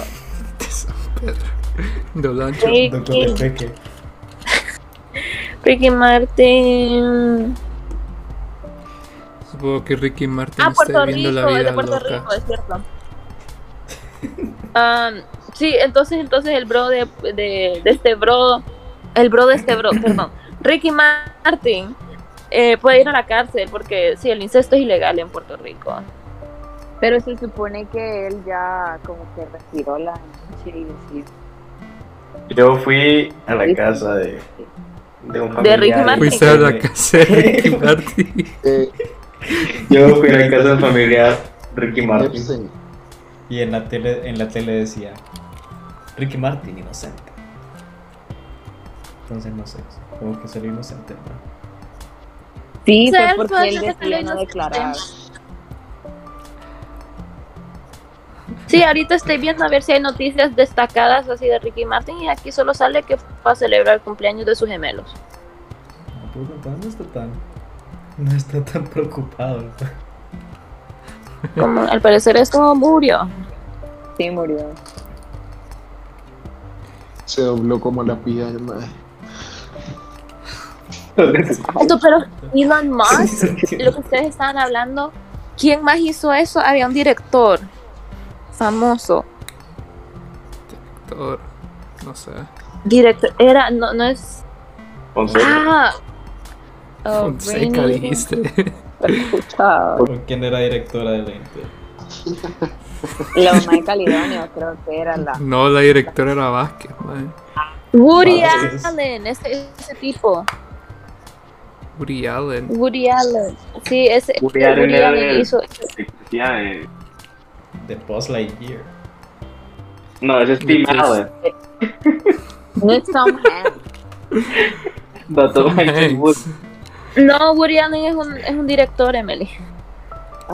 Speaker 2: De San Pedro. De Olancho.
Speaker 1: Doctor de Peque.
Speaker 3: Ricky Martin.
Speaker 2: Supongo que Ricky Martin
Speaker 3: Ah,
Speaker 2: está
Speaker 3: Puerto
Speaker 2: viviendo
Speaker 3: Rico,
Speaker 2: la vida
Speaker 3: es de Puerto
Speaker 2: loca.
Speaker 3: Rico, es cierto. Am, sí, entonces, entonces el bro de, de, de este bro, el bro de este bro, perdón, Ricky Martin eh, puede ir a la cárcel porque sí, el incesto es ilegal en Puerto Rico.
Speaker 5: Pero se supone que él ya como que retiró la noche y sí.
Speaker 7: Yo fui a la casa de, de un
Speaker 3: De
Speaker 7: familiar.
Speaker 3: Ricky Martin.
Speaker 2: Fuiste a la casa de Ricky Martin.
Speaker 11: Eh,
Speaker 7: Yo fui a la casa del familiar Ricky Martin.
Speaker 11: Epstein.
Speaker 1: Y en la tele, en la tele decía Ricky Martin inocente. Entonces no sé, tengo que ser inocente, ¿no?
Speaker 5: Sí,
Speaker 3: Ser
Speaker 5: fue porque él
Speaker 3: fue que
Speaker 5: decidió
Speaker 3: salió
Speaker 5: no
Speaker 3: en los
Speaker 5: declarar.
Speaker 3: Sí, ahorita estoy viendo a ver si hay noticias destacadas así de Ricky Martin y aquí solo sale que fue a celebrar el cumpleaños de sus gemelos.
Speaker 1: No, puedo contar, no está tan. No está tan [LAUGHS] preocupado. ¿no?
Speaker 3: Como, al parecer esto murió.
Speaker 5: Sí, murió.
Speaker 11: Se dobló como la pija, el mae.
Speaker 3: Esto, pero Elon Musk, lo que ustedes estaban hablando, ¿quién más hizo eso? Había un director famoso.
Speaker 2: Todo- No sé.
Speaker 3: Director, era, no, no es.
Speaker 7: Fonseca.
Speaker 3: Ah, oh,
Speaker 2: Fonseca
Speaker 3: Rainy-
Speaker 2: dijiste. [LAUGHS]
Speaker 5: Escuchado.
Speaker 1: ¿Con [LAUGHS] quién era directora de la Inter?
Speaker 5: La mamá de Calidonio creo que era la.
Speaker 2: No, la directora era Vázquez, man.
Speaker 3: Woody
Speaker 1: Vázquez.
Speaker 3: Allen, ese, ese tipo.
Speaker 2: Woody Allen.
Speaker 3: Woody Allen. Sí, ese.
Speaker 7: Woody Allen era el-
Speaker 3: hizo.
Speaker 7: Ya, eh,
Speaker 1: De Buzz Lightyear.
Speaker 7: No, ese es Tim
Speaker 2: Entonces- [LAUGHS]
Speaker 7: Allen.
Speaker 5: No es Tom Hanks.
Speaker 7: No, Tom
Speaker 2: Tom
Speaker 7: Hanks.
Speaker 2: Hanks.
Speaker 6: pues.
Speaker 3: No, Woody Allen es un, es un director, Emily.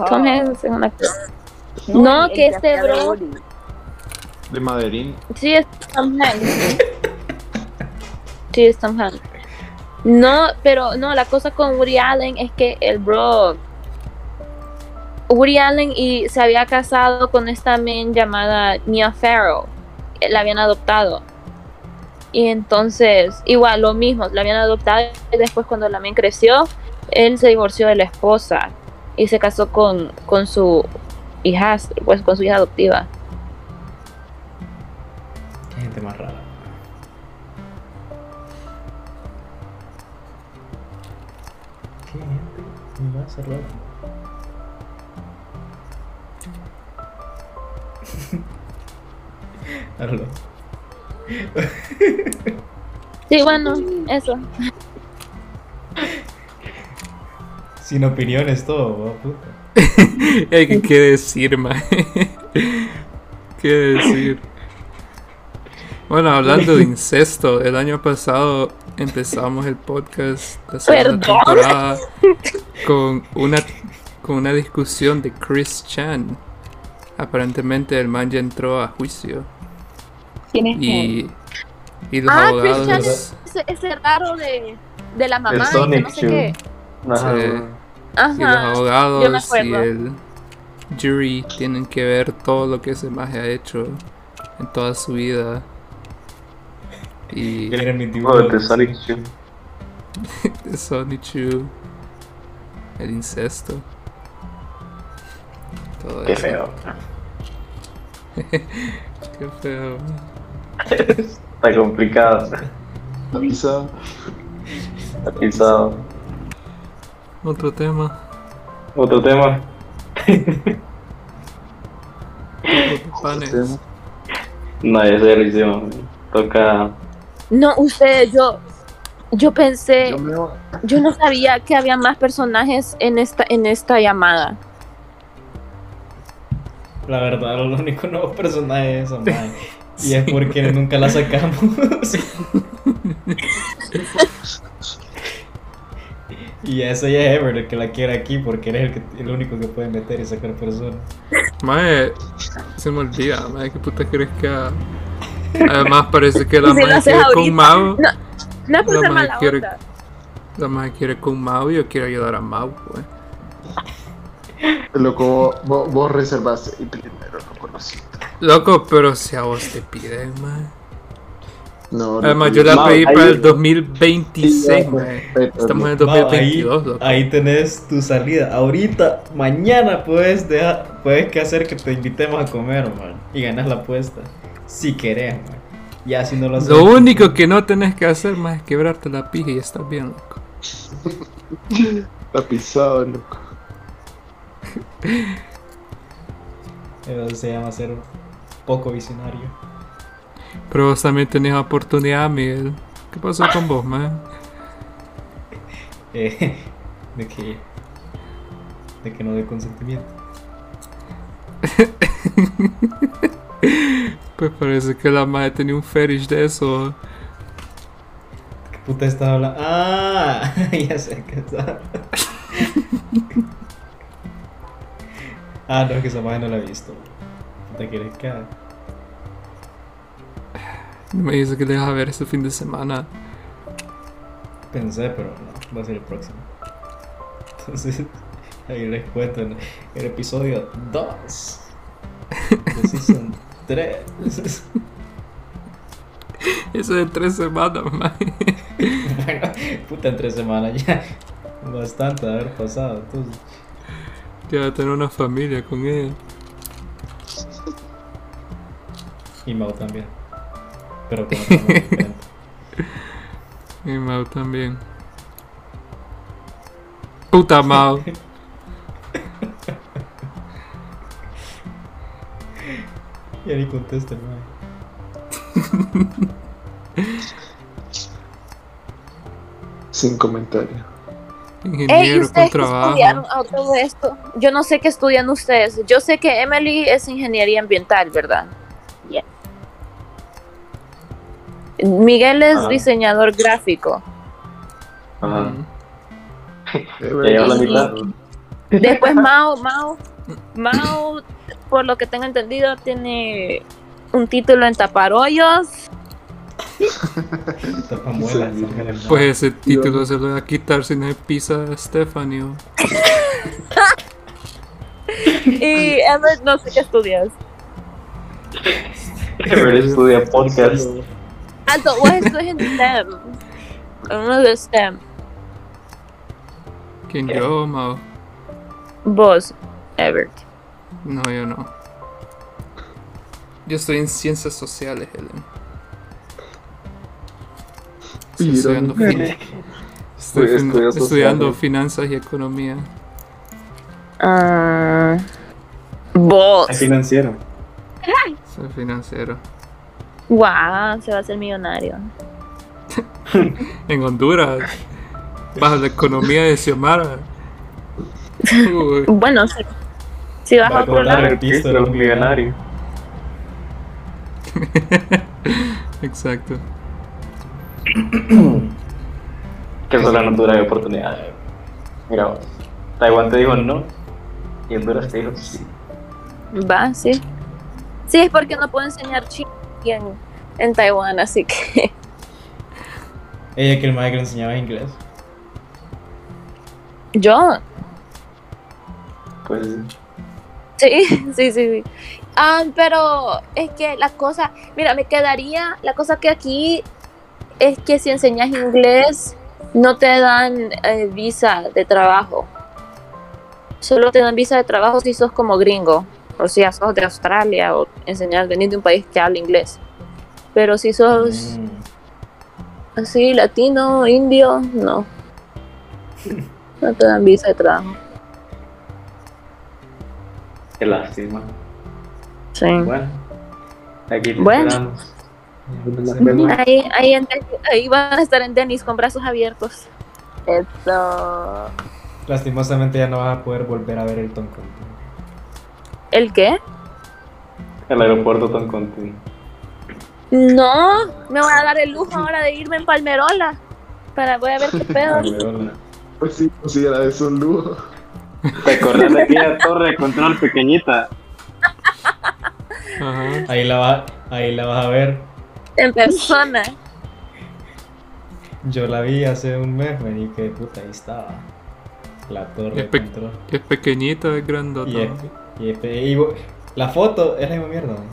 Speaker 3: Tom Hanks es un actor. No,
Speaker 5: Oh. el- el
Speaker 3: que este
Speaker 5: hacía de
Speaker 3: bro-
Speaker 5: Woody.
Speaker 11: De Maderín.
Speaker 3: Sí, es Tom Hanks. Sí, es Tom Hanks. No, pero no, la cosa con Woody Allen es que el bro. Woody Allen y se había casado con esta men llamada Mia Farrow. Eh, La habían adoptado. Y entonces, igual, lo mismo, la habían adoptado. Y después, cuando la men creció, él se divorció de la esposa y se casó con, con su hijastro, pues con su hija adoptiva.
Speaker 1: Qué gente más rara. Qué gente más rara. [LAUGHS] Arlo.
Speaker 9: Sí, bueno, eso.
Speaker 1: Sin opiniones todo, va, puta.
Speaker 2: Hay que qué decir, mae. [LAUGHS] ¿Qué decir? Bueno, hablando de incesto, el año pasado empezamos el podcast la segunda
Speaker 9: Perdón.
Speaker 2: temporada con una, con una discusión de Chris Chan. Aparentemente el man ya entró a juicio
Speaker 5: ¿Quién es él?
Speaker 2: y, y los
Speaker 3: Ah,
Speaker 2: abogados... eh,
Speaker 3: Christian es ese, ese raro de, de la
Speaker 7: El
Speaker 3: mamá. y que
Speaker 7: Sonic
Speaker 3: no sé
Speaker 7: Shoe.
Speaker 3: qué.
Speaker 1: Ah,
Speaker 7: Ajá.
Speaker 2: Sí. y los
Speaker 3: Ajá. yo me
Speaker 2: abogados y
Speaker 3: acuerdo.
Speaker 2: el jury tienen que ver todo lo que ese maje ha hecho en toda su vida. Y
Speaker 1: Era mi dibujo.
Speaker 7: Joder, de Sonic Shoe.
Speaker 2: de Sonic Chu, el incesto. Todo
Speaker 7: Qué
Speaker 2: eso.
Speaker 7: feo.
Speaker 2: [LAUGHS] Qué feo.
Speaker 7: Está complicado.
Speaker 11: La pizza.
Speaker 7: Está pisado.
Speaker 2: Otro tema.
Speaker 7: Otro tema.
Speaker 2: otro panes.
Speaker 7: No, ya se lo hicimos. Toca.
Speaker 3: No, ustedes, yo, yo pensé,
Speaker 11: Yo
Speaker 3: yo,
Speaker 11: me voy.
Speaker 3: no sabía que había más personajes en esta, en esta llamada.
Speaker 1: La verdad, lo único nuevo personaje es Amai. Y es porque nunca la sacamos. y eso ya es Ever el que la quiere aquí porque eres el, que- el único que puede meter y sacar personas.
Speaker 2: Mae, se me olvida, mae, qué puta crees que haga? Además parece que la
Speaker 3: Si lo
Speaker 2: mae
Speaker 3: haces
Speaker 2: quiere
Speaker 3: ahorita.
Speaker 2: con Mau.
Speaker 3: No, No es por
Speaker 2: La
Speaker 3: ser
Speaker 2: madre
Speaker 3: mala
Speaker 2: quiere-
Speaker 3: onda.
Speaker 2: La mae quiere con Mau y yo quiero ayudar a Mau, pues.
Speaker 11: Loco, vos- vos, vos reservaste y primero lo conocí.
Speaker 2: Loco, pero si a vos te piden, mae.
Speaker 11: No, loco,
Speaker 2: Además yo la
Speaker 7: Mau,
Speaker 2: pedí
Speaker 7: ahí-
Speaker 2: para el 2026,
Speaker 11: Sí,
Speaker 2: mae.
Speaker 11: respeto,
Speaker 2: Estamos en el
Speaker 1: Va, ahí,
Speaker 2: 2022, loco.
Speaker 1: ahí tenés tu salida. Ahorita, mañana puedes dejar, puedes que hacer que te invitemos a comer, man. Y ganas la apuesta. Si querés, man. Ya si no lo haces.
Speaker 2: Lo único que no tenés que hacer, mae, es quebrarte la pija y estás bien, loco.
Speaker 11: La pisado, loco.
Speaker 1: Eso se llama ser poco visionario.
Speaker 2: Pero vos también tenés oportunidad, Miguel. ¿Qué pasó con vos, mae?
Speaker 1: Eh, [LAUGHS] de que. De que no dé consentimiento.
Speaker 2: Pues parece que la mae tenía un fetish de eso.
Speaker 1: ¿Qué puta estaba hablando? ¡Ah! [LAUGHS] ya sé que está. [LAUGHS] ah, no, que esa madre no la he visto. ¿Te quieres que haga?
Speaker 2: Me dice que le vas a ver este fin de semana.
Speaker 1: Pensé, pero no, va a ser el próximo. Entonces, [LAUGHS] ahí les cuento en el episodio 2 de Season 3.
Speaker 2: Eso de tres semanas, [LAUGHS] mae.
Speaker 1: [LAUGHS] bueno, puta, en tres semanas ya. Bastante de haber pasado, entonces.
Speaker 2: Ya va a tener una familia con ella.
Speaker 1: Y Mau también. Pero con otra Mau diferente.
Speaker 2: Y Mau también. Puta Mau.
Speaker 1: Ya ni contesta, hermano.
Speaker 11: Sin comentario.
Speaker 3: Ey, ¿y
Speaker 2: Ingeniero con
Speaker 3: ustedes qué
Speaker 2: trabajo.
Speaker 3: estudiaron a todo esto? Yo no sé qué estudian ustedes. Yo sé que Emily es ingeniería ambiental, ¿verdad? Miguel es
Speaker 7: Ah.
Speaker 3: diseñador gráfico.
Speaker 7: Ajá.
Speaker 2: Mm.
Speaker 11: Ya
Speaker 7: llegó la
Speaker 3: mitad. Después Mao, Mao, Mao, por lo que tengo entendido, tiene un título en tapar hoyos.
Speaker 1: Tapa muela,
Speaker 11: Sí.
Speaker 1: saca del
Speaker 2: Pues ese título se lo voy a quitar si no hay pizza a Stephanie.
Speaker 3: Y Emily no sé qué estudias.
Speaker 7: Ever estudia podcast.
Speaker 3: Alto, vos estudias en STEM. En uno de STEM.
Speaker 2: ¿Quién yo o Mau?
Speaker 3: Vos, Everett.
Speaker 2: No, yo no. Yo estoy en ciencias sociales, Helen. Estoy
Speaker 11: Pirón.
Speaker 2: estudiando, fin- estoy
Speaker 7: Estudia
Speaker 2: fin-
Speaker 7: estudios
Speaker 2: estudiando
Speaker 7: sociales.
Speaker 2: finanzas y economía.
Speaker 3: Ah, vos.
Speaker 1: financiero.
Speaker 2: Soy financiero.
Speaker 3: Guau, se va a hacer millonario.
Speaker 2: En Honduras. Bajo la economía de Xiomara. Uy,
Speaker 3: Bueno, si, si vas
Speaker 1: Va
Speaker 3: a
Speaker 1: a
Speaker 3: otro
Speaker 1: cortar
Speaker 3: lado,
Speaker 1: el piso de los millonarios.
Speaker 2: exacto.
Speaker 12: Que son las Honduras de oportunidades. Mira, vos, Taiwán te dijo no y Honduras te dijo sí.
Speaker 3: va, sí. Sí, es porque no puedo enseñar chino en, en Taiwán, así que.
Speaker 1: Ella que el maestro le enseñaba inglés.
Speaker 3: Yo,
Speaker 12: Pues
Speaker 3: sí, [LAUGHS] sí, sí. sí. Ah, pero es que la cosa. Mira, me quedaría. La cosa que aquí es que si enseñas inglés, no te dan eh, visa de trabajo. Solo te dan visa de trabajo si sos como gringo. O sea, sos de Australia o enseñar, venir de un país que habla inglés. Pero si sos.
Speaker 1: Mm.
Speaker 3: Así, latino, indio, no. No te dan visa de trabajo.
Speaker 12: qué lástima.
Speaker 3: Sí.
Speaker 12: Bueno, aquí te
Speaker 3: Bueno.
Speaker 12: esperamos. Nos
Speaker 3: Ujú,
Speaker 12: vemos.
Speaker 3: Ahí, ahí, en tenis- ahí van a estar en tenis con brazos abiertos.
Speaker 5: Eso.
Speaker 11: Ah,
Speaker 1: Lastimosamente ya no vas a poder volver a ver el Tom Conti.
Speaker 3: ¿El qué?
Speaker 12: El aeropuerto tan contigo.
Speaker 3: No, me voy a dar el lujo ahora de irme en Palmerola. Para, voy a ver qué pedo.
Speaker 11: Pues sí, considera eso un lujo.
Speaker 12: ¿Te acordás de aquella torre de control pequeñita?
Speaker 2: Ajá.
Speaker 1: Ahí la, va, ahí la vas a ver.
Speaker 3: [LAUGHS] En persona.
Speaker 1: Yo la vi hace un mes, me di que puta, ahí estaba. La torre de
Speaker 2: Espe-
Speaker 1: control.
Speaker 2: Es pequeñito, es grandota.
Speaker 1: Y, es- y es pe- y vo- la foto es la misma mierda. man.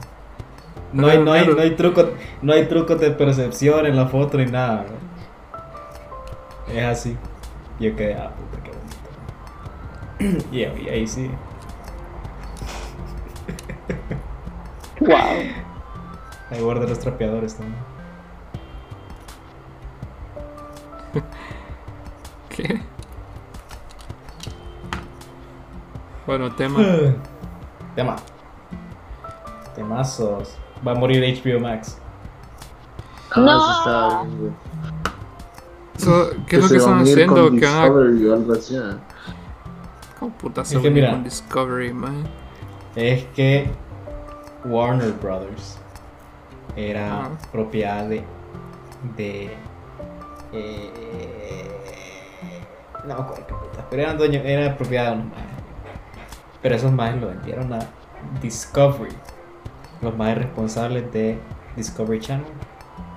Speaker 1: No hay, no, hay, no, hay truco, no hay truco de percepción en la foto ni nada. man. Es así. Yo quedé, ah, puta, qué bonito. [CLEARS THROAT] Y ahí, ahí sí.
Speaker 5: Wow.
Speaker 1: Ahí guarda los trapeadores también.
Speaker 2: ¿Qué? Bueno, tema.
Speaker 1: [LAUGHS] Tema. Temazos. Va a morir HBO Max.
Speaker 11: Ah, eso está bien.
Speaker 2: So, ¿Qué es lo
Speaker 11: se
Speaker 2: que
Speaker 11: van
Speaker 2: están
Speaker 11: a ir
Speaker 2: haciendo?
Speaker 11: Con
Speaker 2: Que van a
Speaker 11: Discovery o algo así. ah.
Speaker 2: computación
Speaker 1: Es que mira.
Speaker 2: con Discovery, man.
Speaker 1: Es que Warner Brothers era
Speaker 2: Ajá.
Speaker 1: propiedad de. de. eh, no me acuerdo qué puta, pero eran dueños, era propiedad de unos majes. Pero esos majes lo vendieron a Discovery, los majes responsables de Discovery Channel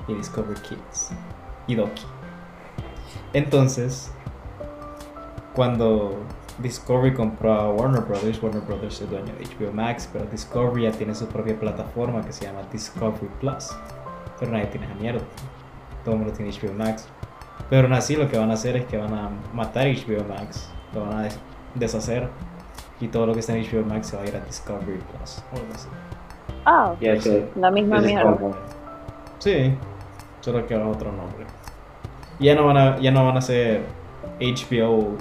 Speaker 1: y Discovery Kids y Doki. Entonces, cuando Discovery compró a Warner Brothers, Warner Brothers es dueño de HBO Max, pero Discovery ya tiene su propia plataforma que se llama Discovery Plus. Pero nadie tiene esa mierda. Todo el mundo tiene HBO Max. Pero aún así lo que van a hacer es que van a matar HBO Max, lo van a des- deshacer y todo lo que está en HBO Max se va a ir a Discovery Plus. o algo así.
Speaker 5: Ah,
Speaker 12: Ya sé.
Speaker 5: la misma
Speaker 12: Ese es
Speaker 5: mierda.
Speaker 12: como-
Speaker 1: Sí, solo que va otro nombre. Y Ya no van a, ya no van a ser HBO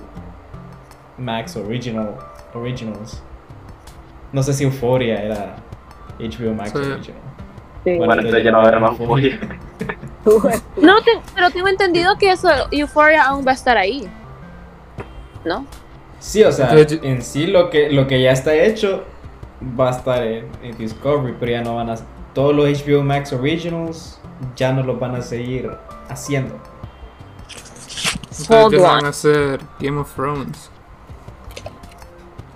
Speaker 1: Max Original Originals. No sé si Euphoria era HBO Max
Speaker 2: Sí.
Speaker 1: Original.
Speaker 5: Sí.
Speaker 12: Bueno,
Speaker 5: [LAUGHS]
Speaker 12: entonces ya no va a haber más pollo.
Speaker 3: No, te- pero tengo entendido que eso, Euphoria aún va a estar ahí. ¿No?
Speaker 1: [LAUGHS] Sí, o sea,
Speaker 2: Entonces,
Speaker 1: en sí lo que lo que ya está hecho va a estar en, en Discovery, pero ya no van a todos los HBO Max Originals ya no los van a seguir haciendo.
Speaker 2: Entonces ya
Speaker 3: Hold
Speaker 2: van
Speaker 3: on.
Speaker 2: a hacer Game of Thrones.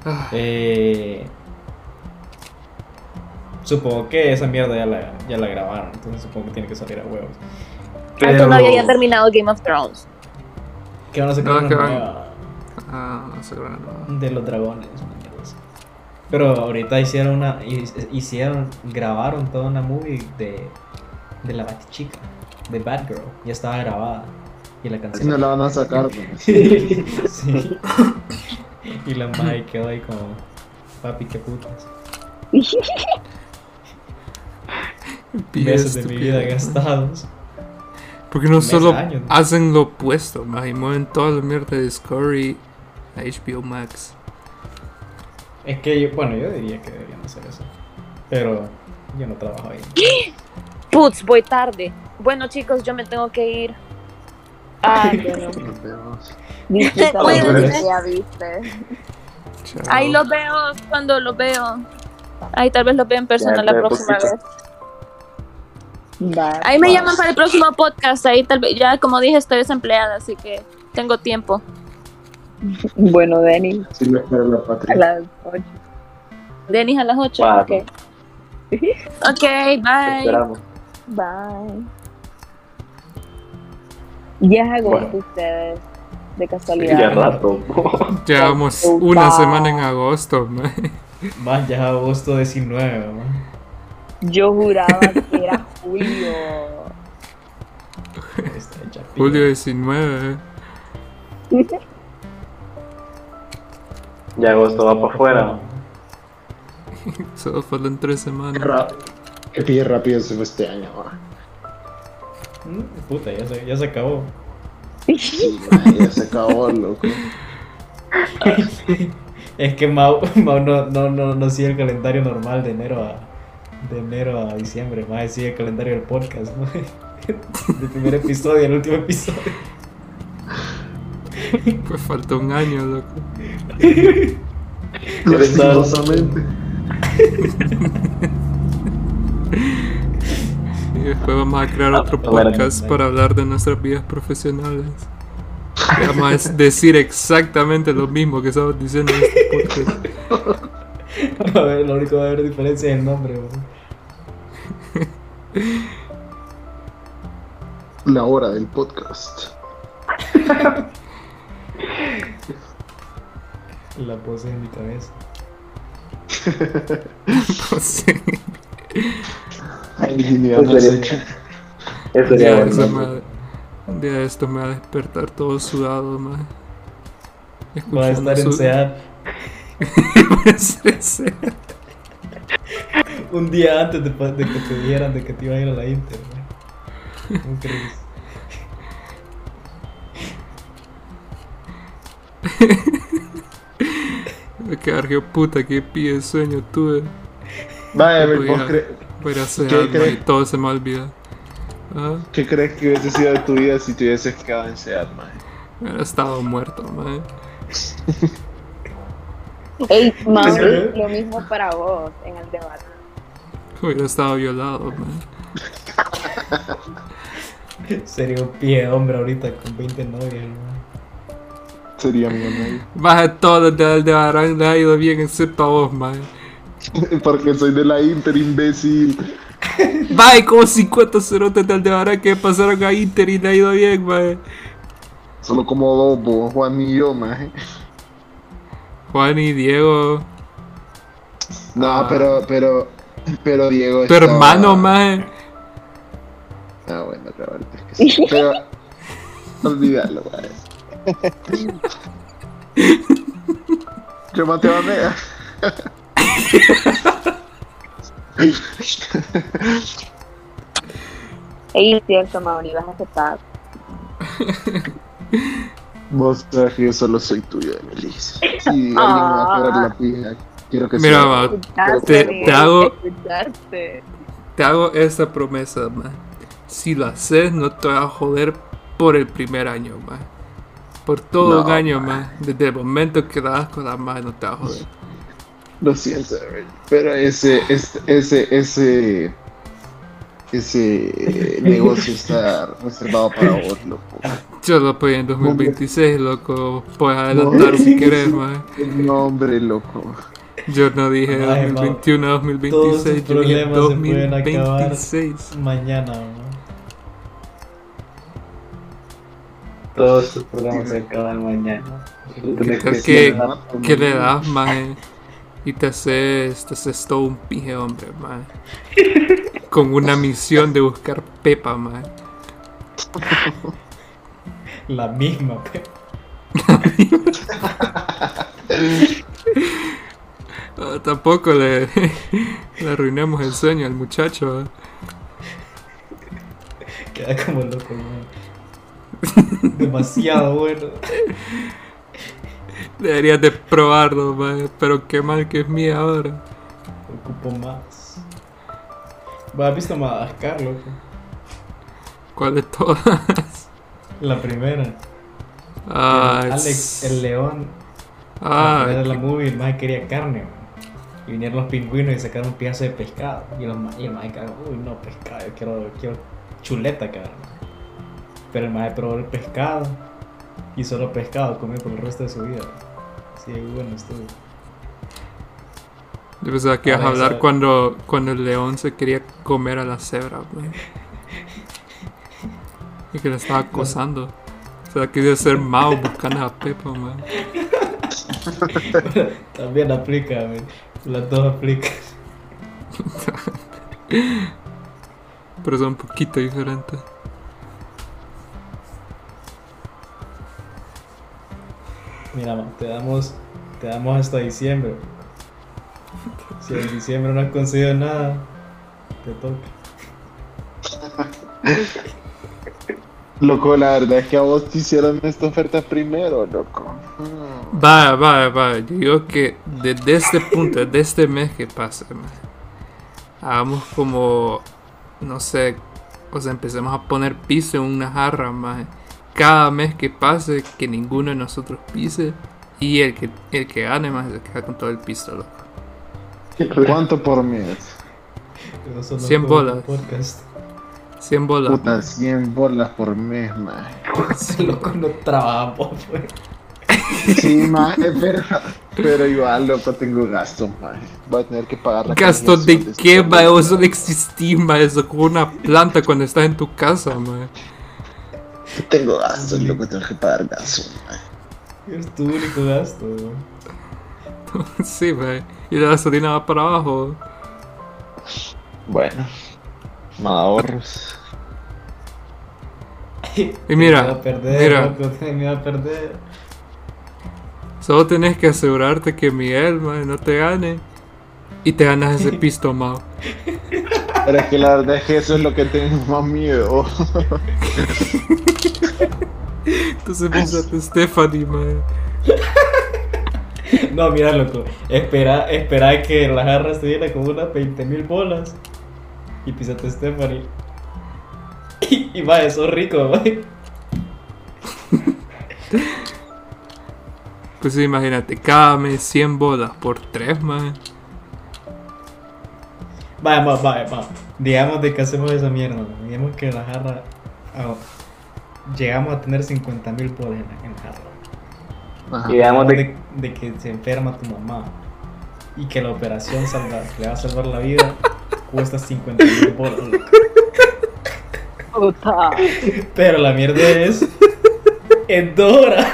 Speaker 2: Ah,
Speaker 1: Eh, supongo que esa mierda ya la, ya la grabaron, entonces supongo que tiene que salir a huevos.
Speaker 3: Ah, Todavía ya terminado Game of Thrones.
Speaker 1: Que van a sacar
Speaker 2: No,
Speaker 1: una
Speaker 2: que van-
Speaker 1: nueva
Speaker 2: ah, no sé, bueno, no.
Speaker 1: de los dragones. una mierda así. Pero ahorita hicieron una. hi- Hicieron. Grabaron toda una movie de. De la Batichica. De Batgirl. Ya estaba grabada. Y la
Speaker 11: Así no
Speaker 1: cancelaron.
Speaker 11: la van a sacar. pues.
Speaker 1: [LAUGHS] Sí. Y la madre quedó ahí como. Papi, qué putas. Meses de mi vida
Speaker 2: Estúpido.
Speaker 1: gastados.
Speaker 2: Porque no
Speaker 1: Mes
Speaker 2: solo
Speaker 1: años.
Speaker 2: hacen lo opuesto, más y mueven toda la mierda de Discovery a HBO Max.
Speaker 1: Es que yo, bueno, yo diría que deberían hacer eso. Pero yo no trabajo ahí.
Speaker 3: Putz, voy tarde. Bueno, chicos, yo me tengo que ir.
Speaker 5: [LAUGHS]
Speaker 3: Ay, bueno.
Speaker 11: Nos vemos.
Speaker 5: Disfruta
Speaker 3: Te
Speaker 5: lo
Speaker 3: cuidas.
Speaker 5: que ya viste.
Speaker 2: Chao.
Speaker 3: Ahí los veo cuando los veo. Ahí tal vez los veo en persona
Speaker 7: Ya,
Speaker 3: la
Speaker 7: te
Speaker 3: próxima
Speaker 7: deposito.
Speaker 3: vez.
Speaker 5: Bye.
Speaker 3: Ahí me llaman para el próximo podcast. Ahí tal vez, ya como dije, estoy desempleada, así que tengo tiempo.
Speaker 5: Bueno, Denny,
Speaker 11: Sirve para la patria.
Speaker 5: a las 8.
Speaker 3: Denis a las 8.
Speaker 7: Va.
Speaker 3: Ok, Ok,
Speaker 7: Te
Speaker 3: bye.
Speaker 7: esperamos.
Speaker 5: Bye. Ya es agosto
Speaker 7: Bueno.
Speaker 5: ustedes, de casualidad.
Speaker 7: Ya rato.
Speaker 2: Llevamos
Speaker 5: Bye.
Speaker 2: una semana en agosto, man.
Speaker 1: Más ya agosto 19, man.
Speaker 5: Yo juraba que era julio.
Speaker 1: Está hecha pico.
Speaker 2: [LAUGHS] Julio 19. eh.
Speaker 7: Ya agosto va para afuera.
Speaker 2: Solo faltan tres semanas.
Speaker 11: Ra- Que pille rápido se fue este año. va.
Speaker 1: Mm, Puta, ya se, ya se acabó.
Speaker 11: Sí, ma, ya se acabó, [LAUGHS] loco.
Speaker 1: Es que Mau, [LAUGHS] Mau no, no, no, no sigue el calendario normal de enero a, de enero a diciembre. Más sigue el calendario del podcast, ¿no? [LAUGHS] Del primer episodio al último episodio. [LAUGHS]
Speaker 2: Pues falta un año, loco.
Speaker 11: Lastimosamente.
Speaker 2: Y después vamos Ah, a crear otro
Speaker 7: bueno.
Speaker 2: podcast para hablar de nuestras vidas profesionales. Y Vamos a [LAUGHS] decir exactamente lo mismo que estamos diciendo en este podcast. [LAUGHS]
Speaker 1: A ver, lo único que va a haber diferencia es el nombre, man.
Speaker 11: La hora del podcast.
Speaker 1: La pose en mi cabeza.
Speaker 2: No sé.
Speaker 11: Ay, pues ni vamos a hacer.
Speaker 7: Eso
Speaker 2: Un día
Speaker 7: sería
Speaker 2: de
Speaker 7: bueno.
Speaker 2: eso me va- un día de esto me va a despertar todo sudado, más.
Speaker 1: Va a estar en
Speaker 2: [LAUGHS]
Speaker 1: SEAT un día antes de, pa- de que te dieran de que te iba a ir a la Inter, man. ¿Cómo crees?
Speaker 2: Me quedar que puta, qué pie de sueño tuve.
Speaker 11: Vaya,
Speaker 2: No
Speaker 11: me
Speaker 2: podía.
Speaker 11: puedo cre-
Speaker 2: Voy a ir a hacer
Speaker 11: ¿Qué
Speaker 2: algo y
Speaker 11: crees?
Speaker 2: todo se me olvida. Ah,
Speaker 11: ¿Qué crees que hubiese sido de tu vida si te hubieses quedado en SEAT, man?
Speaker 2: hubiera estado muerto, man.
Speaker 5: Ey, Mau,
Speaker 1: Sí.
Speaker 5: lo mismo para vos en el debate.
Speaker 2: Hubiera estado violado, man.
Speaker 1: Sería un pie de hombre ahorita con 20 novias, man.
Speaker 11: Sería mi honor.
Speaker 2: Más a todos los de Aldebarán le ha ido bien, excepto a vos, man.
Speaker 11: [LAUGHS] Porque soy de la Inter, imbécil.
Speaker 2: Bye, como 50 cerotes de Aldebarán que pasaron a Inter y le ha ido bien, man.
Speaker 11: Solo como dos, vos, Juan y yo, man.
Speaker 2: Juan y Diego,
Speaker 11: No,
Speaker 2: Ah.
Speaker 11: pero, pero, pero Diego
Speaker 2: tu
Speaker 11: estaba-
Speaker 2: hermano, man.
Speaker 11: Ah, bueno, cabal, es que sí. Pero, olvídalo, man. Yo maté a Nea.
Speaker 5: Ey, cierto, Mau, ni vas a aceptar.
Speaker 11: Vos sabes que yo solo soy tuyo, Emily. Si alguien me va a quebrar la pija, quiero que
Speaker 2: Mira,
Speaker 11: sea-
Speaker 2: va,
Speaker 5: Escuchaste,
Speaker 2: te
Speaker 5: Miguel,
Speaker 2: hago-
Speaker 5: Escuchaste.
Speaker 2: Te hago esta promesa, man. Si lo haces, no te voy a joder por el primer año, man. Por todo
Speaker 11: No,
Speaker 2: un año,
Speaker 11: man.
Speaker 2: man. Desde el momento que das con la mano, no te voy a joder.
Speaker 11: Lo siento, Evelyn, pero ese, es- ese, ese, ese eh, negocio está reservado para vos, loco.
Speaker 2: Yo lo pedí en 2026, loco. Puedes adelantar
Speaker 1: [LAUGHS]
Speaker 2: si quieres, man.
Speaker 11: No, hombre, loco.
Speaker 2: Yo no dije
Speaker 1: Ay, ma.
Speaker 2: 2021
Speaker 1: Todos tus
Speaker 2: 2026, yo dije
Speaker 1: problemas se pueden acabar.
Speaker 2: 2026.
Speaker 1: Mañana, man.
Speaker 7: Todos sus programas se acaban mañana. Tenés
Speaker 2: ¿Qué-
Speaker 7: ser
Speaker 2: qué-
Speaker 7: rato,
Speaker 2: ¿Qué
Speaker 7: man.
Speaker 2: le das, man? Y te haces, te haces todo un pije hombre, man. Con una misión de buscar Pepa, man.
Speaker 1: La misma, [LAUGHS] pe.
Speaker 2: Ah, tampoco le, [LAUGHS] le arruinamos el sueño al muchacho. ¿eh?
Speaker 1: Queda como loco, man. Demasiado bueno.
Speaker 2: Deberías de probarlo, man, pero qué mal que es mía ahora.
Speaker 1: Ocupo más. ¿Has visto Madagascar, loco?
Speaker 2: ¿Cuál de todas?
Speaker 1: La primera.
Speaker 2: [LAUGHS] Ah,
Speaker 1: Alex, el león.
Speaker 2: Ah,
Speaker 1: Era la movie, el maje quería carne. man. Y vinieron los pingüinos y sacaron un pedazo de pescado. Y, los, ma- y el maje cagó, uy, no, pescado, yo quiero, quiero chuleta, cabrón. Pero el maje probó el pescado. Y solo pescado comió por el resto de su vida. Sí, bueno, estuvo.
Speaker 2: yo pensaba que ibas a
Speaker 1: Alex,
Speaker 2: hablar
Speaker 1: eh.
Speaker 2: cuando, cuando el león se quería comer a la cebra. pues. Y que la estaba acosando. O sea, quería ser Mao buscando a Pepa, man.
Speaker 1: También aplica, man. Las dos aplican. [LAUGHS]
Speaker 2: Pero son un poquito diferentes.
Speaker 1: Mira, man, te damos, te damos hasta diciembre. Si en diciembre no has conseguido nada, te toca.
Speaker 11: Loco, la verdad es que a vos te hicieron esta oferta primero, loco.
Speaker 2: Vaya, vaya, vaya. Yo digo que desde este punto, desde este mes que pasa, man, hagamos como, no sé, o sea, empecemos a poner piso en una jarra, más. Cada mes que pase, que ninguno de nosotros pise, y el que, el que gane, más, se queda con todo el piso, loco.
Speaker 11: ¿Cuánto por mes?
Speaker 1: Eso son los
Speaker 2: 100
Speaker 1: juegos
Speaker 2: bolas.
Speaker 1: de Podcast.
Speaker 2: 100 bolas.
Speaker 11: Puta, 100 bolas por mes, maje.
Speaker 1: [LAUGHS] Loco, no trabajamos, pues.
Speaker 11: Sí, maje,
Speaker 2: [LAUGHS]
Speaker 11: pero, pero igual, loco, tengo gastos, maje. Voy a tener que pagar la este
Speaker 2: ¿Gastos de
Speaker 11: colegiación
Speaker 2: qué,
Speaker 11: esta
Speaker 2: mae?
Speaker 11: loca.
Speaker 2: Vos no existís, mae. Eso como una planta cuando estás en tu casa, mae.
Speaker 11: Tengo gastos, loco, tengo que pagar gastos, maje.
Speaker 1: Es tu único gasto, weón.
Speaker 2: [LAUGHS] Sí, mae. Y la gasolina va para abajo.
Speaker 4: Bueno, más ahorros.
Speaker 2: Y mira,
Speaker 1: me va a perder,
Speaker 2: mira.
Speaker 1: loco, [LAUGHS] te me va a perder.
Speaker 2: Solo tenés que asegurarte que Miguel mae, no te gane. Y te ganas
Speaker 5: [LAUGHS]
Speaker 2: ese pisto, Mao.
Speaker 11: Pero es que la verdad es que eso es lo que tengo más miedo.
Speaker 2: Entonces pensate Stephanie, mae.
Speaker 1: No, mira, loco. Espera, espera que la jarra se llena con unas 20 mil bolas. Y pisate Stephanie. [LAUGHS] Y, y va, eso es rico, güey.
Speaker 2: Pues sí, imagínate, cada mes 100 bolas por 3, mae.
Speaker 1: Va, va, va, va. Digamos de que hacemos esa mierda, man. Digamos que la jarra. ah, llegamos a tener 50 mil bolas en, la- en la jarra.
Speaker 11: Ajá.
Speaker 7: Y digamos de
Speaker 1: de, de que se enferma tu mamá y que la operación salva- le va a salvar la
Speaker 7: [LAUGHS]
Speaker 1: vida cuesta 50 mil bolas. loco.
Speaker 5: Puta.
Speaker 1: Pero la mierda es. En dos horas.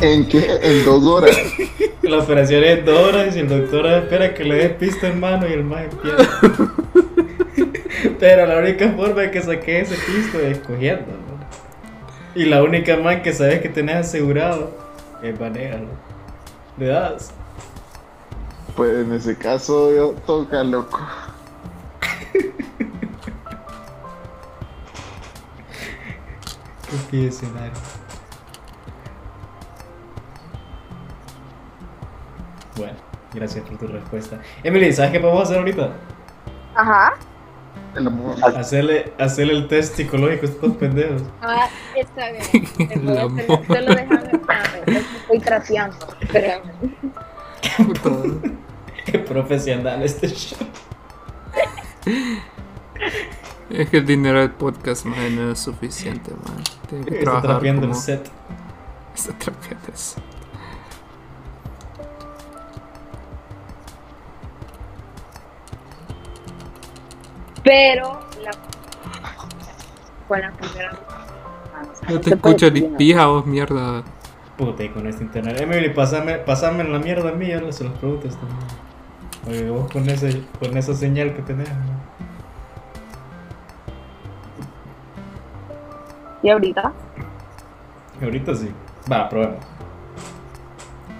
Speaker 11: ¿En qué? En dos horas.
Speaker 1: La operación es en dos horas y el doctor espera que le des pisto en mano y el más
Speaker 7: [LAUGHS]
Speaker 1: pierde. Pero la única forma de que saque ese pisto es cogiendo. ¿no? Y la única man que sabes que tenés asegurado es banearlo. Le das.
Speaker 11: Pues en ese caso yo toca, loco.
Speaker 1: Qué pide escenario. Bueno, gracias por tu respuesta. Emily, ¿sabes qué podemos hacer ahorita?
Speaker 5: Ajá.
Speaker 11: El amor.
Speaker 1: Hacerle, hacerle el test psicológico a estos pendejos.
Speaker 5: Ah, está bien. Te
Speaker 2: El
Speaker 5: puedo hacer-
Speaker 2: amor.
Speaker 5: te lo dejan en Estoy trateando. Pero
Speaker 2: Puta.
Speaker 1: [LAUGHS] Qué profesional este show.
Speaker 2: Es que el dinero del podcast, mae, no es suficiente, mae. Tienes que
Speaker 1: Está
Speaker 2: trabajar
Speaker 1: trapeando
Speaker 2: como-
Speaker 1: el set.
Speaker 2: Está trapeando el set.
Speaker 5: Pero la. Fue la primera. Ah, o sea,
Speaker 2: No te
Speaker 5: se puede-
Speaker 2: escucho ni
Speaker 5: no.
Speaker 2: pija vos, mierda.
Speaker 1: Puta, y con este internet. Emily, pasame, pasame la mierda mía, ahora se los preguntas también. Oye, vos con, ese, con esa señal que tenés. ¿no?
Speaker 5: Y ahorita,
Speaker 1: Ahorita sí. Va, probemos.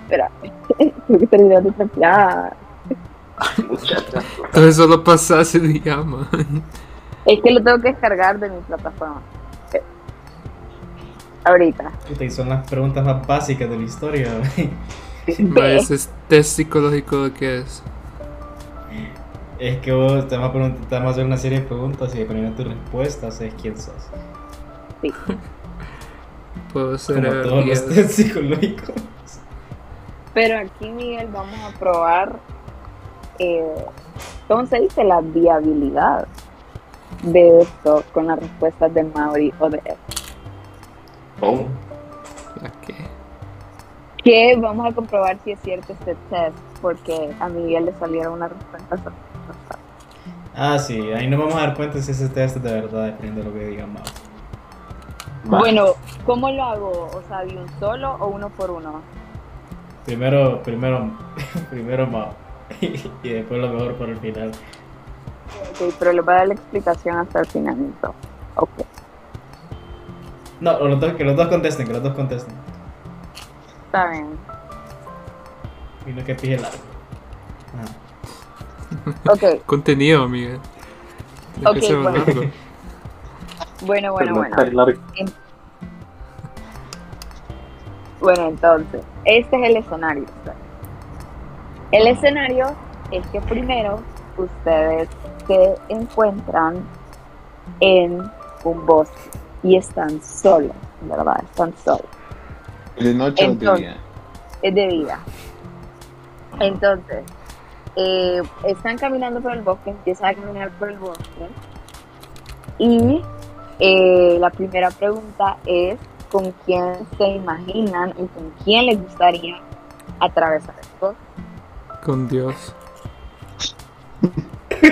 Speaker 5: espera. [LAUGHS] Tengo que terminar de trapear.
Speaker 2: Entonces solo pasás el día,
Speaker 5: [LAUGHS]
Speaker 2: man.
Speaker 5: Es que lo tengo que descargar de mi plataforma. Eh, Ahorita.
Speaker 1: Puta, y son las preguntas más básicas de la historia. [LAUGHS] güey.
Speaker 2: Mae, ese es test psicológico de qué es.
Speaker 1: Es que vos te vas, a preguntar- te vas a hacer una serie de preguntas y dependiendo de tus respuestas es quién sos.
Speaker 5: Sí.
Speaker 2: Puedo ser
Speaker 1: Como todos los
Speaker 2: Ariel.
Speaker 1: test [LAUGHS] psicológicos.
Speaker 5: Pero aquí, Miguel, vamos a probar, eh, ¿cómo se dice? La viabilidad de esto con las respuestas de Mauri o de Ed.
Speaker 7: Oh,
Speaker 2: ¿La qué?
Speaker 5: Que vamos a comprobar si es cierto este test, porque a Miguel le salieron unas respuestas.
Speaker 1: Ah, sí, ahí nos vamos a dar cuenta si ese test es de verdad, dependiendo de lo que diga Mau.
Speaker 7: va.
Speaker 5: Bueno, ¿cómo lo hago? O sea, ¿de un solo o uno por uno?
Speaker 1: Primero, primero, [LAUGHS] primero Mau. [LAUGHS] y después lo mejor para el final.
Speaker 5: Ok, pero le voy a dar la explicación hasta el final. entonces. Ok.
Speaker 1: No, los dos, que los dos contesten, que los dos contesten.
Speaker 5: Está bien.
Speaker 1: Y no que pije la. Ah.
Speaker 5: Ok,
Speaker 2: Contenido, Miguel. Tiene
Speaker 5: Ok,
Speaker 2: que ser
Speaker 5: bueno.
Speaker 2: largo.
Speaker 5: bueno, Ah, bueno,
Speaker 7: Pero
Speaker 5: bueno.
Speaker 7: está largo.
Speaker 5: Bueno, entonces, este es el escenario. El escenario es que primero ustedes se encuentran en un bosque y están solos, ¿verdad? Están solos.
Speaker 11: De noche o de
Speaker 5: Entonces,
Speaker 11: día.
Speaker 5: Es de vida. Entonces, eh, están caminando por el bosque, empiezan a caminar por el bosque. Y eh, la primera pregunta es, ¿con quién se imaginan y con quién les gustaría atravesar el bosque?
Speaker 2: Con Dios.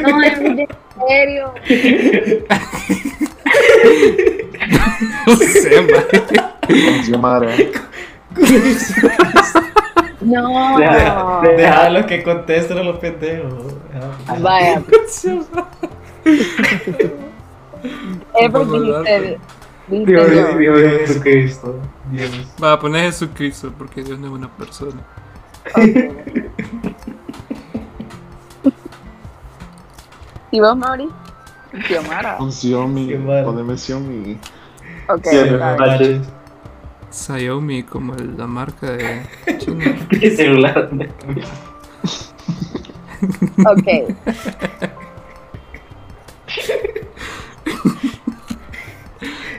Speaker 5: No, es en serio.
Speaker 2: [LAUGHS] No sé, mae.
Speaker 11: Xiomara.
Speaker 5: No.
Speaker 7: Deja-
Speaker 1: Deja a los que contesten a los pendejos. Ah. Deja-
Speaker 5: Vaya. es porque dijiste, dijiste yo.
Speaker 1: Jesucristo. Dios.
Speaker 2: Va a poner Jesucristo porque Dios no es una persona.
Speaker 5: ¿Y vos, Mauri? Xiomara.
Speaker 11: Con Xiaomi.
Speaker 1: Xiomara.
Speaker 11: Poneme Xiaomi. [LAUGHS]
Speaker 5: Ok,
Speaker 7: Sí,
Speaker 5: está bien.
Speaker 7: macho.
Speaker 2: Xiaomi como la marca de China. [LAUGHS]
Speaker 7: Mi celular.
Speaker 5: Ok.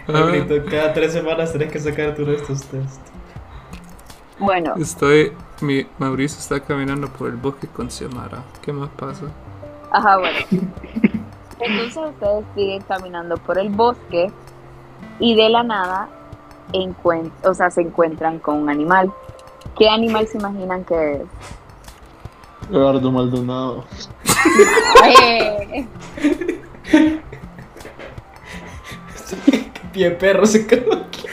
Speaker 2: Ah,
Speaker 1: Pablito, cada tres semanas tenés que sacar tú de estos test.
Speaker 5: Bueno,
Speaker 2: Ah, estoy. Mi, Mauricio está caminando por el bosque con Xiomara. ¿Qué más pasa?
Speaker 5: ajá, bueno. Entonces ustedes siguen caminando por el bosque y de la nada encuent o sea, se encuentran con un animal. ¿Qué animal se imaginan que es?
Speaker 11: Eduardo Maldonado.
Speaker 5: Eh,
Speaker 1: Pie de perro se quedó aquí.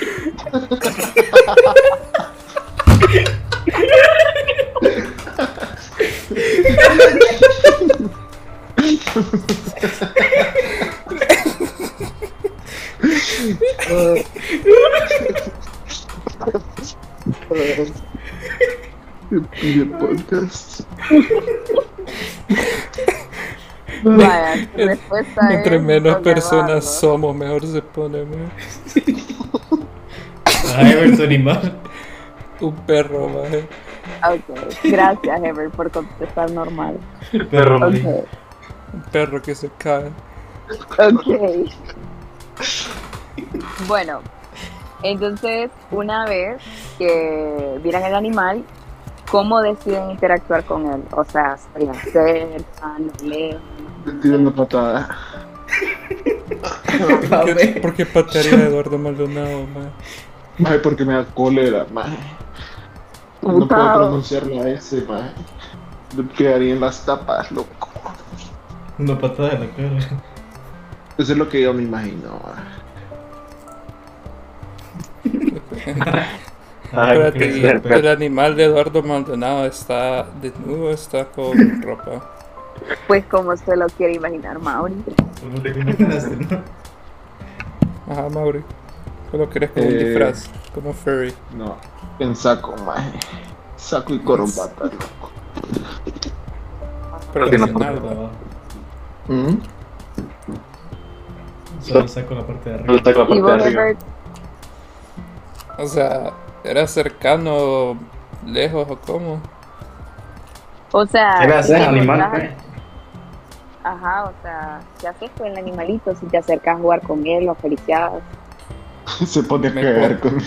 Speaker 11: Y el podcast.
Speaker 5: vaya, su respuesta es
Speaker 2: Entre menos
Speaker 5: Don
Speaker 2: personas
Speaker 5: Eduardo.
Speaker 2: somos, mejor se pone. mae.
Speaker 1: Ay, Everton animal.
Speaker 2: Un perro, mae.
Speaker 5: Ok, gracias, Ever, por contestar normal.
Speaker 1: Perro
Speaker 5: Ok,
Speaker 2: Un perro que se cae.
Speaker 5: ok. Bueno, entonces, una vez que miran el animal, ¿cómo deciden interactuar con él? O sea, se acercan, lo leen.
Speaker 11: Le tiran la patada.
Speaker 2: ¿Por qué, por qué patearía a Eduardo Maldonado, mae?
Speaker 11: Maje, porque me da cólera, maje. No puedo
Speaker 5: Putao.
Speaker 11: pronunciar la S, maje. Me quedaría en las tapas, loco.
Speaker 1: Una patada en la cara.
Speaker 11: Eso es lo que yo me imagino, maje.
Speaker 7: Ay,
Speaker 2: Espérate,
Speaker 7: qué
Speaker 2: ¿y
Speaker 7: suerte.
Speaker 2: el animal de Eduardo Maldonado está desnudo, está con ropa.
Speaker 5: Pues como se lo quiere imaginar Mauri.
Speaker 1: Solo te imaginaste, ¿no?
Speaker 2: Ajá, Mauri. Solo querés como un
Speaker 11: Eh.
Speaker 2: disfraz, como furry.
Speaker 11: No, en saco, maje. Saco y corbata, loco.
Speaker 7: Pero que no-
Speaker 2: Profesional, va.
Speaker 11: ¿Mm? [LAUGHS]
Speaker 1: Solo saco la parte de
Speaker 7: No le
Speaker 1: arriba.
Speaker 7: toco la
Speaker 5: Y
Speaker 7: parte de
Speaker 5: vos,
Speaker 7: arriba.
Speaker 5: Robert,
Speaker 2: O sea, ¿era cercano, lejos o cómo?
Speaker 5: o sea,
Speaker 7: ¿Qué le haces,
Speaker 5: te Ah,
Speaker 7: animal?
Speaker 5: encontrás-
Speaker 7: pues?
Speaker 5: Ajá, o sea, ¿qué haces con el animalito si te acercas a jugar con él o acariciadas?
Speaker 11: Se pone a
Speaker 2: Me
Speaker 11: cagar
Speaker 2: pongo.
Speaker 11: con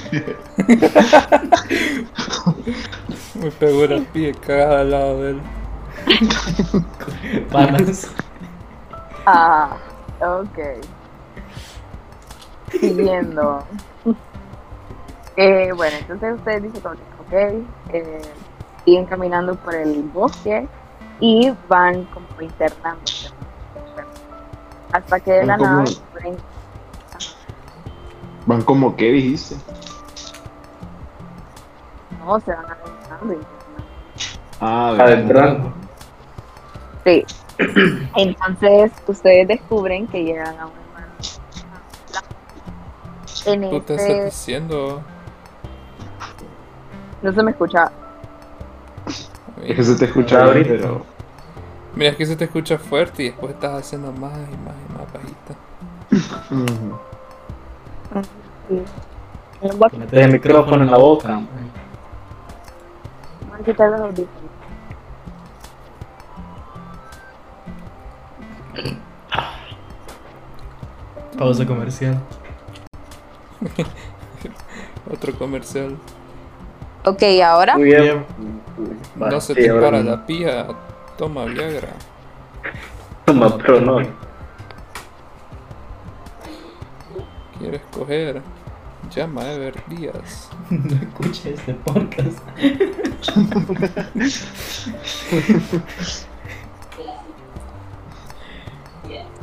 Speaker 2: Me pegó el pie cagada al lado de él.
Speaker 1: Panas.
Speaker 5: Ah, ok. Siguiendo. Eh, bueno, entonces ustedes dicen, como que, ok, eh, siguen caminando por el bosque y van como internándose. Hasta que de la
Speaker 11: Van como-
Speaker 5: nada ven-
Speaker 11: Van como, ¿qué dijiste?
Speaker 5: no se van adentrando. internando.
Speaker 11: Ah,
Speaker 7: Adentrando.
Speaker 5: Sí. [CLEARS THROAT] Entonces ustedes descubren que llegan a un en
Speaker 2: ¿Tú te estás
Speaker 5: este
Speaker 2: diciendo?
Speaker 5: no se me escucha
Speaker 11: Es que se te
Speaker 7: Ah,
Speaker 11: escucha bien,
Speaker 7: ahorita.
Speaker 11: pero...
Speaker 2: Mira, es que se te escucha fuerte y después estás haciendo más y más y más bajita.
Speaker 11: Ujú.
Speaker 7: Metes el micrófono en la boca.
Speaker 5: Voy a quitar los audífonos.
Speaker 1: Pausa comercial.
Speaker 2: Otro comercial.
Speaker 5: Ok, ahora.
Speaker 7: Muy bien. Vale,
Speaker 2: no se
Speaker 7: sí,
Speaker 2: te
Speaker 7: ahora
Speaker 2: para
Speaker 7: no.
Speaker 2: la pija. Toma Viagra.
Speaker 7: Toma, pero
Speaker 1: [LAUGHS]
Speaker 7: no.
Speaker 2: ¿Quieres coger? Llama a Ever Díaz.
Speaker 1: No escuche este podcast.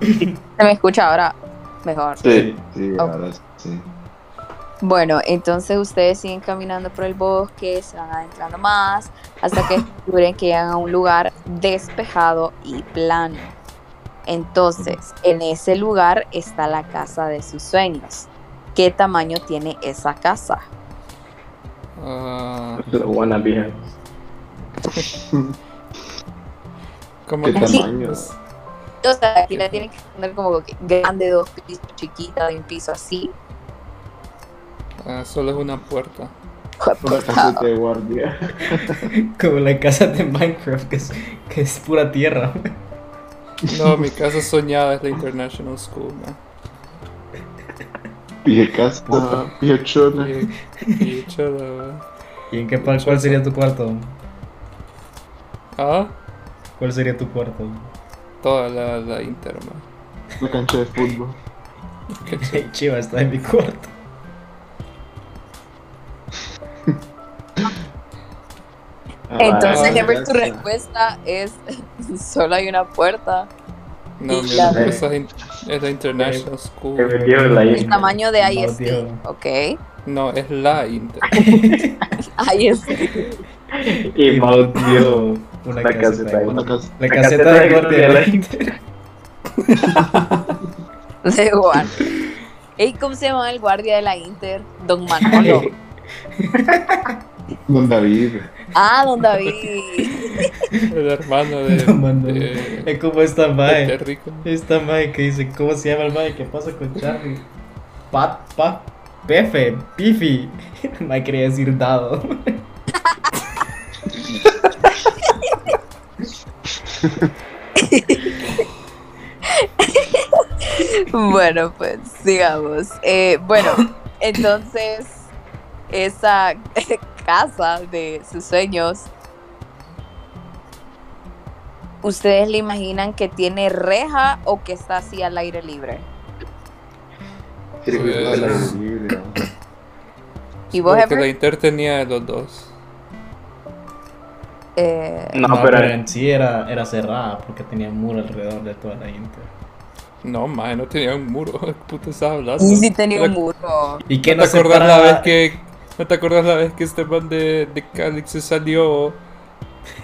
Speaker 5: Se me escucha ahora mejor.
Speaker 7: Sí.
Speaker 11: Sí,
Speaker 5: Oh.
Speaker 11: ahora sí.
Speaker 5: Bueno, entonces ustedes siguen caminando por el bosque, se van adentrando más, hasta que descubren que llegan a un lugar despejado y plano. Entonces, en ese lugar está la casa de sus sueños. ¿Qué tamaño tiene esa casa?
Speaker 2: Ah,
Speaker 7: Lo
Speaker 2: [LAUGHS]
Speaker 7: wannabe.
Speaker 2: ¿Cómo
Speaker 11: ¿Qué
Speaker 2: que-
Speaker 11: tamaño?
Speaker 5: O sea, aquí la tienen que poner como que grande, dos pisos, chiquita, de un piso así.
Speaker 2: Ah, solo es una puerta.
Speaker 11: Una casita de guardia.
Speaker 1: Como la casa de Minecraft, que es, que es pura tierra.
Speaker 2: No, mi casa soñada es la International School, man.
Speaker 11: Ah. Pije casa, pije chona.
Speaker 2: Y- y chola, man.
Speaker 1: ¿Y en qué par- cuál sería tu cuarto?
Speaker 2: Ah,
Speaker 1: ¿Cuál sería tu cuarto? [LAUGHS]
Speaker 2: toda la, la Inter, man.
Speaker 11: La cancha de fútbol.
Speaker 2: Qué ch-
Speaker 1: Hey, Chiva, está en
Speaker 7: [LAUGHS]
Speaker 1: mi cuarto.
Speaker 4: Ah,
Speaker 5: Entonces,
Speaker 2: vale,
Speaker 5: Herbert, tu
Speaker 11: gracias.
Speaker 5: respuesta es: [LAUGHS] solo hay una puerta.
Speaker 2: No,
Speaker 5: Sí,
Speaker 2: mi
Speaker 5: claro.
Speaker 2: casa es, in- es la International
Speaker 7: Que me
Speaker 2: School.
Speaker 7: dio la
Speaker 5: El
Speaker 7: isla.
Speaker 5: tamaño de ahí
Speaker 1: No,
Speaker 5: es.
Speaker 1: tío.
Speaker 5: Ok.
Speaker 2: No, es la
Speaker 11: [LAUGHS]
Speaker 2: Inter.
Speaker 5: Ahí es.
Speaker 7: Y Mau dio
Speaker 1: [LAUGHS] Una
Speaker 7: la
Speaker 1: caseta
Speaker 7: caseta.
Speaker 1: de
Speaker 11: Una
Speaker 1: guardia.
Speaker 11: casa.
Speaker 1: La
Speaker 7: La
Speaker 1: caseta
Speaker 7: caseta
Speaker 1: de ¿eh?
Speaker 7: de
Speaker 1: guardia.
Speaker 7: guardia.
Speaker 5: De Juan. Ey, ¿cómo se llama el guardia de la Inter? Don Manolo.
Speaker 11: Don David.
Speaker 5: Ah, don David.
Speaker 2: El hermano de.
Speaker 1: No, mando.
Speaker 2: de-
Speaker 1: Es como esta
Speaker 2: de
Speaker 1: mae.
Speaker 2: Terrico.
Speaker 1: Esta mae que dice, ¿cómo se llama el mae? ¿Qué pasa con Charlie? Pat, pa, pefe, pifi. [LAUGHS] Me quería decir dado.
Speaker 5: Bueno, pues sigamos. Eh, bueno, entonces, esa [LAUGHS] casa de sus sueños, ¿ustedes le imaginan que tiene reja o que está así al aire libre?
Speaker 2: Pues,
Speaker 11: Libre, ¿no?
Speaker 5: ¿Y vos,
Speaker 2: porque la
Speaker 5: Herbert?
Speaker 2: Inter tenía de los dos.
Speaker 5: Eh,
Speaker 6: Ah,
Speaker 7: No, pero
Speaker 1: en sí era, era cerrada porque tenía muro alrededor de toda la Inter.
Speaker 2: No, man, no tenía un muro. [LAUGHS] Puta, estaba hablando.
Speaker 5: y si tenía un
Speaker 2: Era-
Speaker 5: muro.
Speaker 1: ¿Y qué
Speaker 2: ¿No
Speaker 1: nos
Speaker 2: te acordás la vez
Speaker 1: separaba?
Speaker 2: que ¿No te acordás la vez que este man de, de Calix se salió?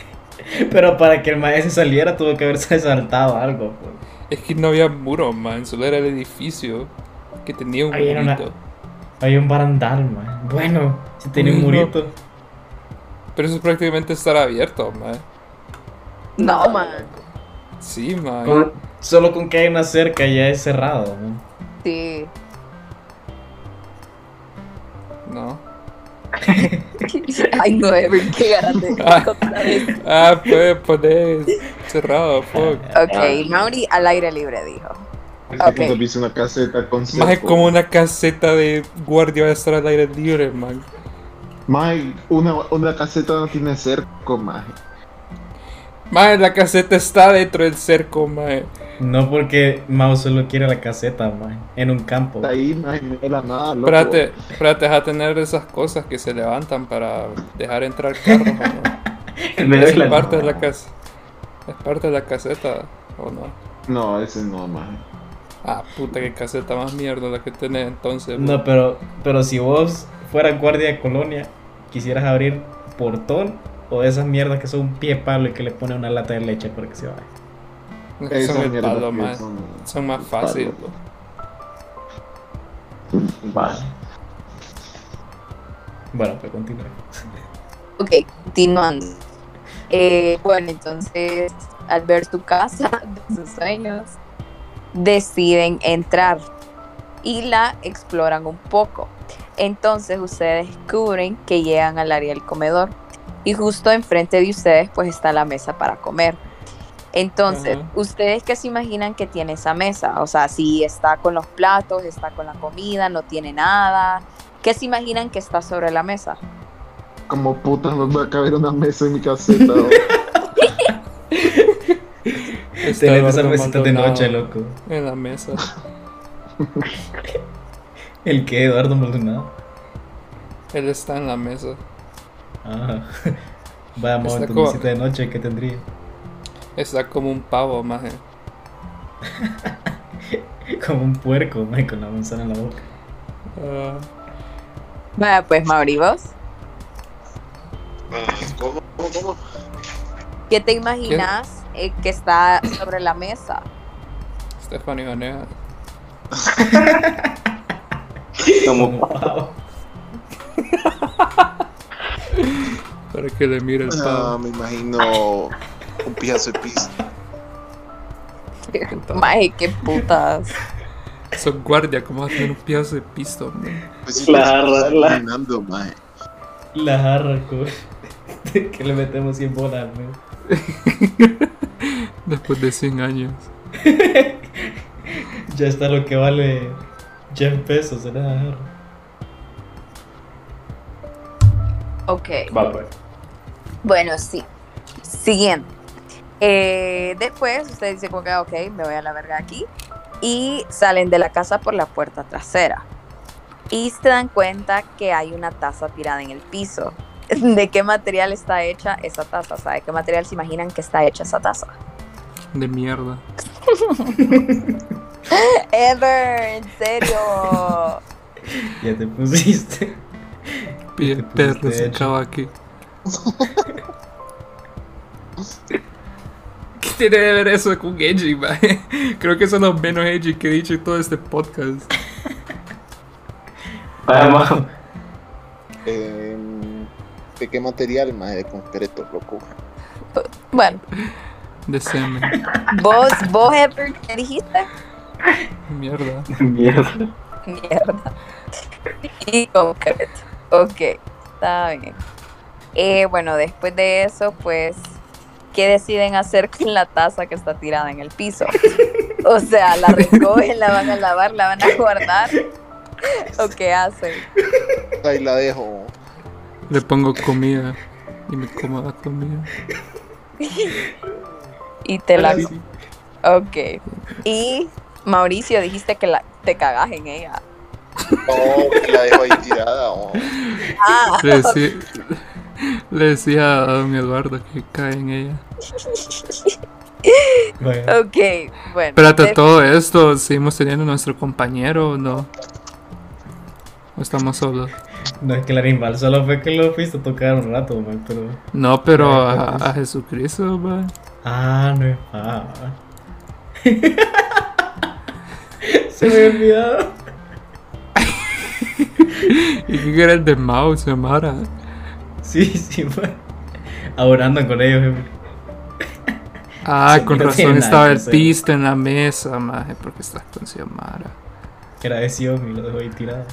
Speaker 1: [LAUGHS] Pero para que el maestro saliera tuvo que haberse saltado algo. pues.
Speaker 2: Es que no había muro, man, solo era el edificio que tenía un
Speaker 1: Ahí era una-
Speaker 2: murito.
Speaker 1: Había un barandal, man. Bueno, si tenía un
Speaker 2: Bueno.
Speaker 1: murito.
Speaker 2: Pero eso es prácticamente estar abierto, man.
Speaker 5: No, man.
Speaker 2: Sí, man.
Speaker 1: Con- solo con que hay una cerca ya es cerrado. ¿no?
Speaker 5: Sí.
Speaker 2: No.
Speaker 5: Ay, no, Evelyn, qué grande.
Speaker 2: Ah, [LAUGHS] ah, puede poner cerrado, fuck.
Speaker 5: Ah, Ok, Mauri al aire libre dijo.
Speaker 11: Esta
Speaker 5: Ok.
Speaker 11: puta piso una caseta con
Speaker 2: Más es
Speaker 11: cerco.
Speaker 2: como una caseta de guardia va a estar al aire libre, man.
Speaker 11: Mae, una, una caseta no tiene cerco, mae.
Speaker 2: Más la caseta está dentro del cerco, man.
Speaker 1: No porque Mao solo quiere la caseta, mae, en un campo.
Speaker 11: Está ahí, mae, no era nada, loco.
Speaker 2: Espérate, espérate, deja tener esas cosas que se levantan para dejar entrar carros, ¿o
Speaker 11: [LAUGHS]
Speaker 2: no?
Speaker 7: En medio de
Speaker 2: Es
Speaker 7: la-
Speaker 2: parte de la casa. Es parte de la caseta, ¿o no?
Speaker 11: No, ese no, mae.
Speaker 2: Ah, puta, qué caseta más mierda la que tenés entonces.
Speaker 1: No, pero, pero si vos fueras guardia de colonia, quisieras abrir portón o esas mierdas que son un pie palo y que le pone una lata de leche para que se vaya.
Speaker 2: No, que
Speaker 11: Esas
Speaker 2: son el
Speaker 11: mierdas
Speaker 2: palo,
Speaker 11: que
Speaker 2: man.
Speaker 11: son-
Speaker 2: Son más fáciles.
Speaker 11: palo.
Speaker 7: Va.
Speaker 1: Bueno, pues continúe.
Speaker 5: Ok, continuando. Eh, bueno, entonces, al ver su casa, sus sueños, deciden entrar y la exploran un poco. Entonces ustedes descubren que llegan al área del comedor y justo enfrente de ustedes pues está la mesa para comer. Entonces,
Speaker 2: Ajá.
Speaker 5: ¿ustedes qué se imaginan que tiene esa mesa? O sea, si está con los platos, está con la comida, no tiene nada. ¿Qué se imaginan que está sobre la mesa?
Speaker 11: Como puta, no me va a caber una mesa en mi
Speaker 2: [LAUGHS]
Speaker 11: caseta. o-
Speaker 2: Está
Speaker 1: Tener esas
Speaker 2: Eduardo
Speaker 1: mesitas de
Speaker 2: Maldonado
Speaker 1: noche, loco.
Speaker 2: En la mesa.
Speaker 1: ¿El que Eduardo Maldonado?
Speaker 2: Él está en la mesa.
Speaker 1: Ah. [LAUGHS] Vamos,
Speaker 2: Está
Speaker 1: tu
Speaker 2: como-
Speaker 1: mesita de noche, ¿qué tendría? [LAUGHS]
Speaker 2: Está como un pavo, eh. maje.
Speaker 1: Como un puerco, mae, con la manzana en la boca.
Speaker 2: Ah,
Speaker 5: Bueno, pues Mauri, ¿vos?
Speaker 4: Eh, ¿Cómo? ¿Cómo? ¿Cómo?
Speaker 5: ¿Qué te imaginas eh, que está sobre la mesa?
Speaker 2: Stephanie Vanega.
Speaker 7: Como
Speaker 2: Para que le mire el
Speaker 4: Ah,
Speaker 2: pavo.
Speaker 4: me imagino un pijazo de pizza.
Speaker 5: Mae, qué putas.
Speaker 2: Son guardia, ¿cómo vas a tener un pedazo de pisto, man?
Speaker 4: Pues sí,
Speaker 7: La
Speaker 4: pues,
Speaker 7: jarra,
Speaker 4: está
Speaker 7: la-
Speaker 4: caminando, mae.
Speaker 1: La jarra, [LAUGHS] co- Que le metemos 100 bolas, mae.
Speaker 2: Después de 100 años.
Speaker 1: Ya está lo que vale 100 pesos en la jarra.
Speaker 5: Ok,
Speaker 7: Va, pues.
Speaker 5: bueno, sí. Siguiente. Eh, después usted dice como que, ah, ok, me voy a la verga aquí. Y salen de la casa por la puerta trasera. Y se dan cuenta que hay una taza tirada en el piso. [LAUGHS] ¿De qué material está hecha esa taza? O sea, ¿de qué material se imaginan que está hecha esa taza?
Speaker 2: De mierda.
Speaker 5: Ever, en serio.
Speaker 1: Ya te pusiste.
Speaker 2: Pie
Speaker 1: te pusiste
Speaker 2: perro ese
Speaker 1: hecho.
Speaker 2: chavo aquí. [LAUGHS] ¿Qué tiene que ver eso con Edgy, man? [LAUGHS] Creo que son los menos Edgy que he dicho en todo este podcast.
Speaker 7: Vamos.
Speaker 4: Em, ¿De qué material, mae? De concreto, loco.
Speaker 5: Bueno,
Speaker 2: De semen.
Speaker 5: [LAUGHS] vos, vos, Ever, ¿qué dijiste?
Speaker 2: Mierda.
Speaker 7: Mierda.
Speaker 5: Mierda. [LAUGHS] Y concreto. Ok, está bien. Eh, bueno, después de eso, pues, ¿qué deciden hacer con la taza que está tirada en el piso? O sea, la recogen, la van a lavar, la van a guardar. ¿O qué hacen?
Speaker 4: Ahí la dejo.
Speaker 2: Le pongo comida. Y me como la comida.
Speaker 5: Y te la... Ok. Y, Mauricio, dijiste que la... te cagas en ella.
Speaker 4: No, que la dejo ahí tirada. oh.
Speaker 5: Ah,
Speaker 2: Le decía, le decía a don Eduardo que cae en ella.
Speaker 1: [LAUGHS] Bueno,
Speaker 5: ok, bueno.
Speaker 2: Espérate,
Speaker 5: de-
Speaker 2: todo esto, ¿seguimos teniendo nuestro compañero o no? ¿O estamos solos?
Speaker 1: no es Clarimbal, solo fue que lo fuiste a tocar un rato, mae, pero.
Speaker 2: No, pero
Speaker 1: Ay,
Speaker 2: a,
Speaker 1: pues.
Speaker 2: a Jesucristo, va.
Speaker 1: Ah, no es. Ah. [LAUGHS] Se me había olvidado.
Speaker 2: ¿Y qué era el de Mao, Samara?
Speaker 1: Sí, sí, mae. Ahora andan con ellos, jefe.
Speaker 2: Ah,
Speaker 1: Sí,
Speaker 2: con
Speaker 1: no tiene
Speaker 2: razón
Speaker 1: nada
Speaker 2: estaba
Speaker 1: que
Speaker 2: el
Speaker 1: hacer.
Speaker 2: pisto en la mesa, maje, porque estás con Xiomara.
Speaker 1: Era de Xiaomi, lo dejó ahí tirado.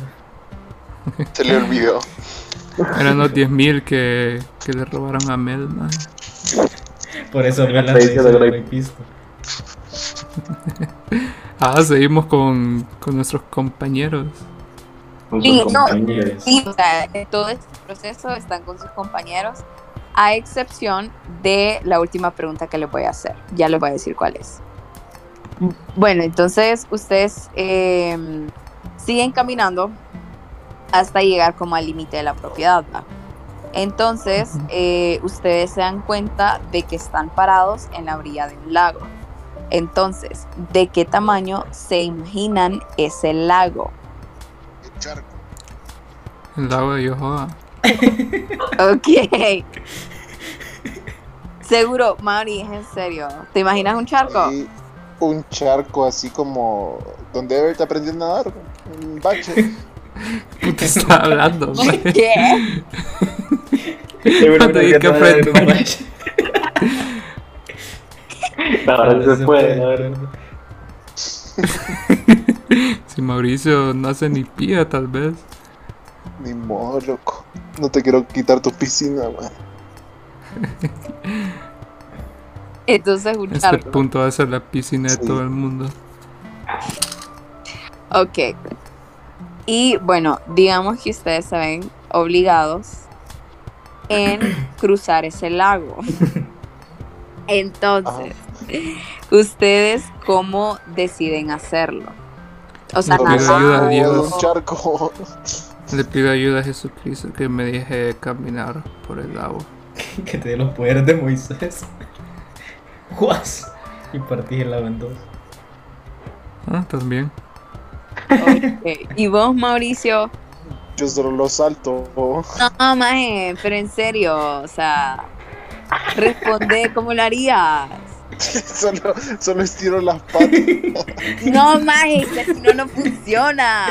Speaker 4: Se le olvidó.
Speaker 2: Eran los 10.000 que, que le robaron a Mel, man.
Speaker 1: Por eso Mel la dice rapista.
Speaker 2: Ah, seguimos con, con nuestros compañeros.
Speaker 1: Con sus
Speaker 5: Sí, no,
Speaker 1: compañeros.
Speaker 5: sí, o sea, en todo este proceso están con sus compañeros, a excepción de la última pregunta que les voy a hacer. Ya les voy a decir cuál es. Bueno, entonces ustedes eh, siguen caminando hasta llegar como al límite de la propiedad. ¿va? Entonces, eh, ustedes se dan cuenta de que están parados en la orilla de un lago. Entonces, ¿de qué tamaño se imaginan ese lago?
Speaker 2: El lago de Yohoa.
Speaker 5: Ok. Seguro, Mari, es en serio. ¿Te imaginas un charco?
Speaker 11: Y un charco así como donde Everett aprendió a nadar. Un bache.
Speaker 2: ¿Qué te está
Speaker 1: [LAUGHS]
Speaker 2: hablando? man?
Speaker 5: ¿Qué?
Speaker 2: Cuando dije que aprender.
Speaker 4: [LAUGHS] Claro, se puede, la verdad.
Speaker 2: Si Mauricio no hace ni pía, tal vez.
Speaker 11: Ni modo, loco. No te quiero quitar tu piscina, man.
Speaker 5: Entonces, un
Speaker 2: Este
Speaker 5: charco.
Speaker 2: punto va a ser la piscina de
Speaker 11: Sí.
Speaker 2: todo el mundo.
Speaker 5: Ok. Y bueno, digamos que ustedes se ven obligados en cruzar ese lago.
Speaker 11: Ah,
Speaker 5: Entonces, ¿ustedes cómo deciden hacerlo? O sea, Ah,
Speaker 2: No pido
Speaker 5: nadando,
Speaker 2: ayuda a Dios.
Speaker 11: Un charco.
Speaker 2: Le pido ayuda a Jesucristo que me deje caminar por el lago.
Speaker 1: Que te dé los poderes de Moisés. [LAUGHS] ¡Juas! Y partí el lago en dos.
Speaker 2: Ah, también.
Speaker 5: ok. Y vos, Mauricio,
Speaker 11: Yo solo lo salto. [LAUGHS]
Speaker 5: no, maje, pero en serio, o sea, responde, ¿cómo lo harías?
Speaker 11: solo, solo estiro las patas.
Speaker 5: No, maje, que si no, no funciona.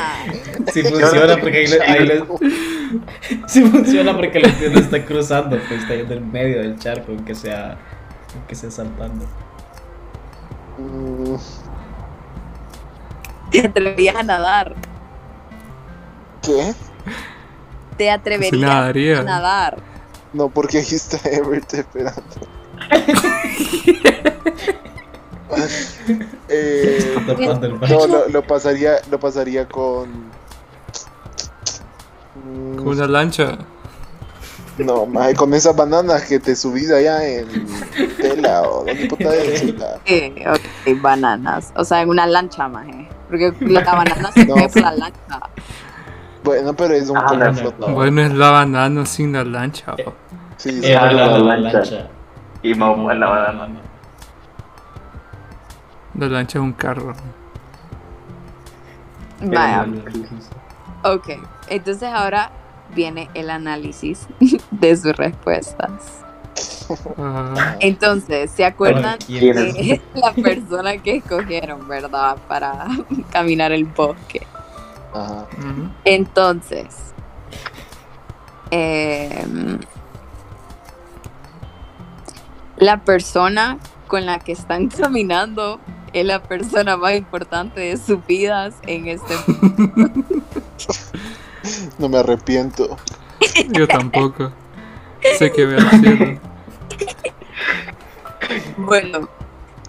Speaker 1: Si funciona porque ahí le, ahí le- Si funciona porque la tienda está cruzando, pues está yendo en medio del charco, aunque sea. aunque sea saltando.
Speaker 11: Mm,
Speaker 5: Te atrevías a nadar.
Speaker 11: ¿Qué?
Speaker 5: Te atreverías
Speaker 2: nadaría.
Speaker 5: a nadar.
Speaker 11: No, porque aquí está Everett esperando. eh,
Speaker 1: Tapando el Eh,
Speaker 11: no,
Speaker 1: barco.
Speaker 11: lo, lo pasaría, lo pasaría con. Mm,
Speaker 2: Con una lancha.
Speaker 11: No, maje, con esas bananas que te subís allá en tela o donde puta es. la-
Speaker 5: Eh, ok, bananas. O sea, en una lancha, maje. Porque la banana se
Speaker 11: No.
Speaker 5: ve por la lancha.
Speaker 11: Bueno, pero es un
Speaker 4: Ah,
Speaker 11: poco
Speaker 4: la-
Speaker 11: flotador.
Speaker 2: Bueno, es la banana sin la lancha. po.
Speaker 11: Sí, sí.
Speaker 1: Eh,
Speaker 4: Ah, la
Speaker 1: la
Speaker 4: lancha.
Speaker 1: lancha.
Speaker 4: Y vamos a la banana.
Speaker 2: La lancha es un carro.
Speaker 5: Vaya, ok. Entonces ahora viene el análisis [LAUGHS] de sus respuestas.
Speaker 2: Ah,
Speaker 5: Entonces, ¿se acuerdan
Speaker 1: ¿Quién
Speaker 5: [LAUGHS]
Speaker 1: es?
Speaker 5: de la persona que escogieron, verdad? Para [LAUGHS] caminar el bosque.
Speaker 11: Ajá.
Speaker 2: ujú.
Speaker 5: Entonces, em, la persona con la que están caminando es la persona más importante de sus vidas en este
Speaker 11: No me arrepiento.
Speaker 2: Yo tampoco. Sé que voy al cielo.
Speaker 5: Bueno,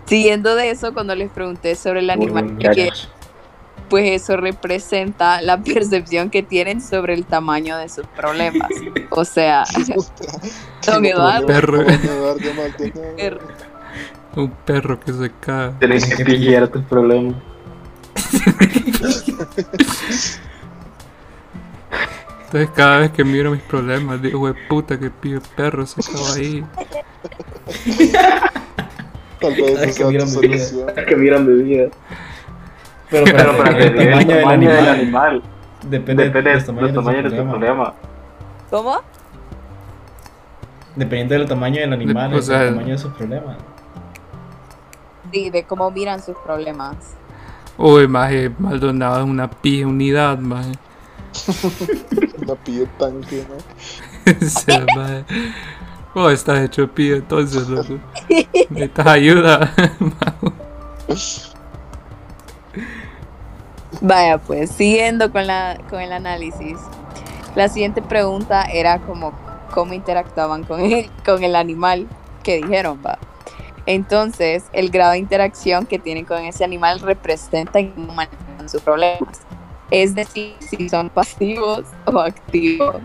Speaker 5: siguiendo de eso, cuando les pregunté sobre el animal que quieren, pues eso representa la [LAUGHS] percepción que tienen sobre el tamaño de sus problemas. O sea, [LAUGHS] don Eduardo,
Speaker 2: Perro.
Speaker 11: Don Eduardo
Speaker 5: [LAUGHS]
Speaker 11: Maldonado.
Speaker 5: Perro.
Speaker 2: Un perro que se cae.
Speaker 4: Tenés que pillar tus problemas.
Speaker 2: Entonces cada vez que miro mis problemas, digo, "Hue puta que pibe perro se acaba ahí.
Speaker 11: Tal
Speaker 1: Cada
Speaker 11: vez
Speaker 1: que
Speaker 11: esa
Speaker 1: mira
Speaker 11: es
Speaker 1: mi
Speaker 11: tu
Speaker 1: vida.
Speaker 11: solución.
Speaker 4: que miran mi vida.
Speaker 1: Pero,
Speaker 4: Pero para
Speaker 1: para el
Speaker 4: medir
Speaker 1: tamaño del
Speaker 4: del
Speaker 1: animal
Speaker 4: animal.
Speaker 1: depende,
Speaker 4: Depende
Speaker 1: del
Speaker 4: de los
Speaker 1: tamaño
Speaker 4: tamaños
Speaker 1: del
Speaker 4: de tu
Speaker 1: problema.
Speaker 4: problema.
Speaker 5: ¿cómo?
Speaker 1: Dependiendo del tamaño del animal,
Speaker 2: O
Speaker 1: es
Speaker 2: sea,
Speaker 1: el tamaño de sus problemas.
Speaker 5: Sí, de cómo miran sus problemas.
Speaker 2: Uy, maje, eh, Maldonado es una pija unidad, eh. maje.
Speaker 11: Una pide tanque,
Speaker 2: [LAUGHS]
Speaker 11: ¿no?
Speaker 2: O sea, maje. Vos estás hecho pija entonces, loco. Necesitas ayuda.
Speaker 5: Vaya, pues, siguiendo con, la, con el análisis. La siguiente pregunta era como cómo interactuaban con el, con el animal que dijeron, va. Entonces, el grado de interacción que tienen con ese animal representa cómo manejan sus problemas. Es decir, si son pasivos o activos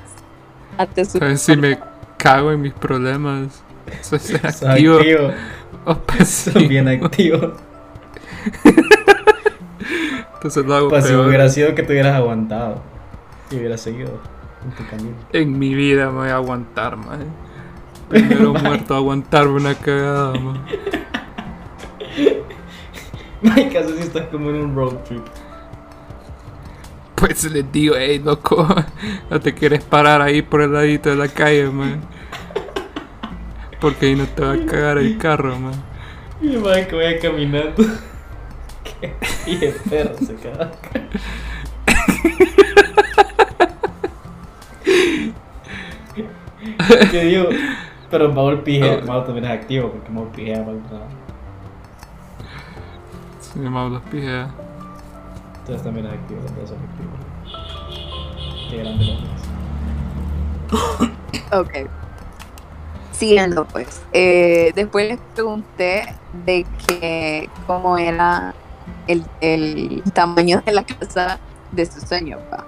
Speaker 5: ante sus
Speaker 2: A ver si me cago en mis problemas. Soy ser
Speaker 1: Soy
Speaker 2: activo. Oh,
Speaker 1: activo. [LAUGHS]
Speaker 2: pues O pasivo.
Speaker 1: Soy bien activo.
Speaker 2: Entonces lo hago
Speaker 1: Pues si
Speaker 2: peor.
Speaker 1: hubiera sido que te hubieras aguantado y hubieras seguido en tu camino. [LAUGHS]
Speaker 2: En mi vida me voy a aguantar, man. Primero muerto, aguantarme una cagada, man.
Speaker 1: Mike, casi si estás como en un road trip.
Speaker 2: Pues les digo, hey, loco, [LAUGHS] no te quieres parar ahí por el ladito de la calle, man. Porque ahí no te va a cagar el carro, man.
Speaker 1: Y Mike vaya caminando. [LAUGHS] Qué- y el perro se queda. Yo digo, pero Maul Pijera, Maul también es activo porque Maul Pijera va al
Speaker 2: Se me los pijea.
Speaker 1: Entonces también es activo, también son activos. Qué grande lo es.
Speaker 5: Ok. Siguiendo, pues. Eh, después les pregunté de que cómo era el, el tamaño de la casa de su sueño. pa.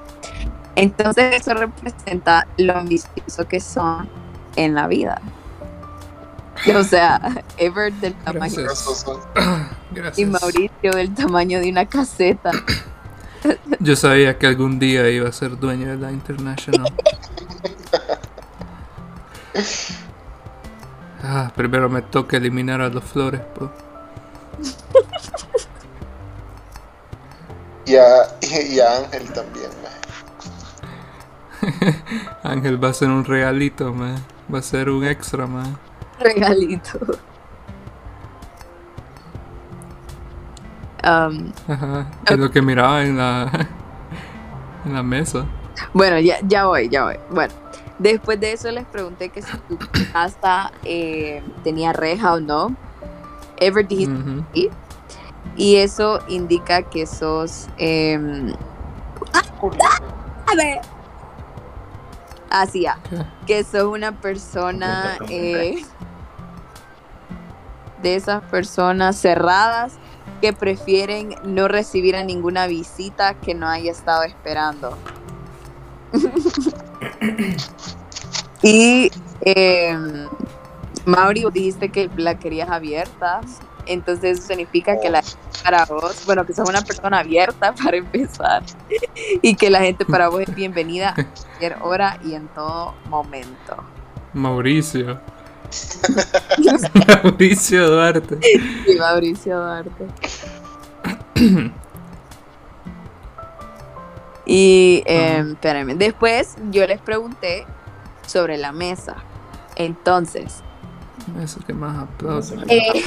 Speaker 5: Entonces eso representa lo ambicioso que son en la vida. [LAUGHS] O sea, Ever del tamaño.
Speaker 2: Gracias. Gracias.
Speaker 5: Y Mauricio del tamaño de una caseta. [LAUGHS]
Speaker 2: Yo sabía que algún día iba a ser dueño de la
Speaker 5: [LAUGHS]
Speaker 2: International. Ah, primero me toca eliminar a los flores, po.
Speaker 11: Y a, y a Ángel también, maje.
Speaker 2: Ángel va a ser un regalito, man. Va a ser un extra, man. [LAUGHS]
Speaker 5: Regalito. Um,
Speaker 2: Ajá. Es lo que miraba en la, [LAUGHS] en la mesa.
Speaker 5: Bueno, ya, ya voy, ya voy. Bueno, después de eso les pregunté que si tu casa eh, tenía reja o no. Ever dijiste
Speaker 2: Ujú.
Speaker 5: sí. Y eso indica que sos. em, ¡Ah! ¡Dame! Así ya.
Speaker 2: ¿Qué?
Speaker 5: Que sos una persona. eh, de esas personas cerradas que prefieren no recibir a ninguna visita que no haya estado esperando. [LAUGHS] y em, Mauri, vos dijiste que la querías abierta, entonces eso significa que la gente para vos, bueno, que sos una persona abierta [LAUGHS] para empezar, y que la gente para vos es bienvenida a cualquier hora y en todo momento. [LAUGHS]
Speaker 2: Mauricio. [LAUGHS] Mauricio Duarte.
Speaker 5: Y Mauricio Duarte. Y eh, espérame, después yo les pregunté sobre la mesa. Entonces,
Speaker 2: Eso que más aplauso.
Speaker 5: eh,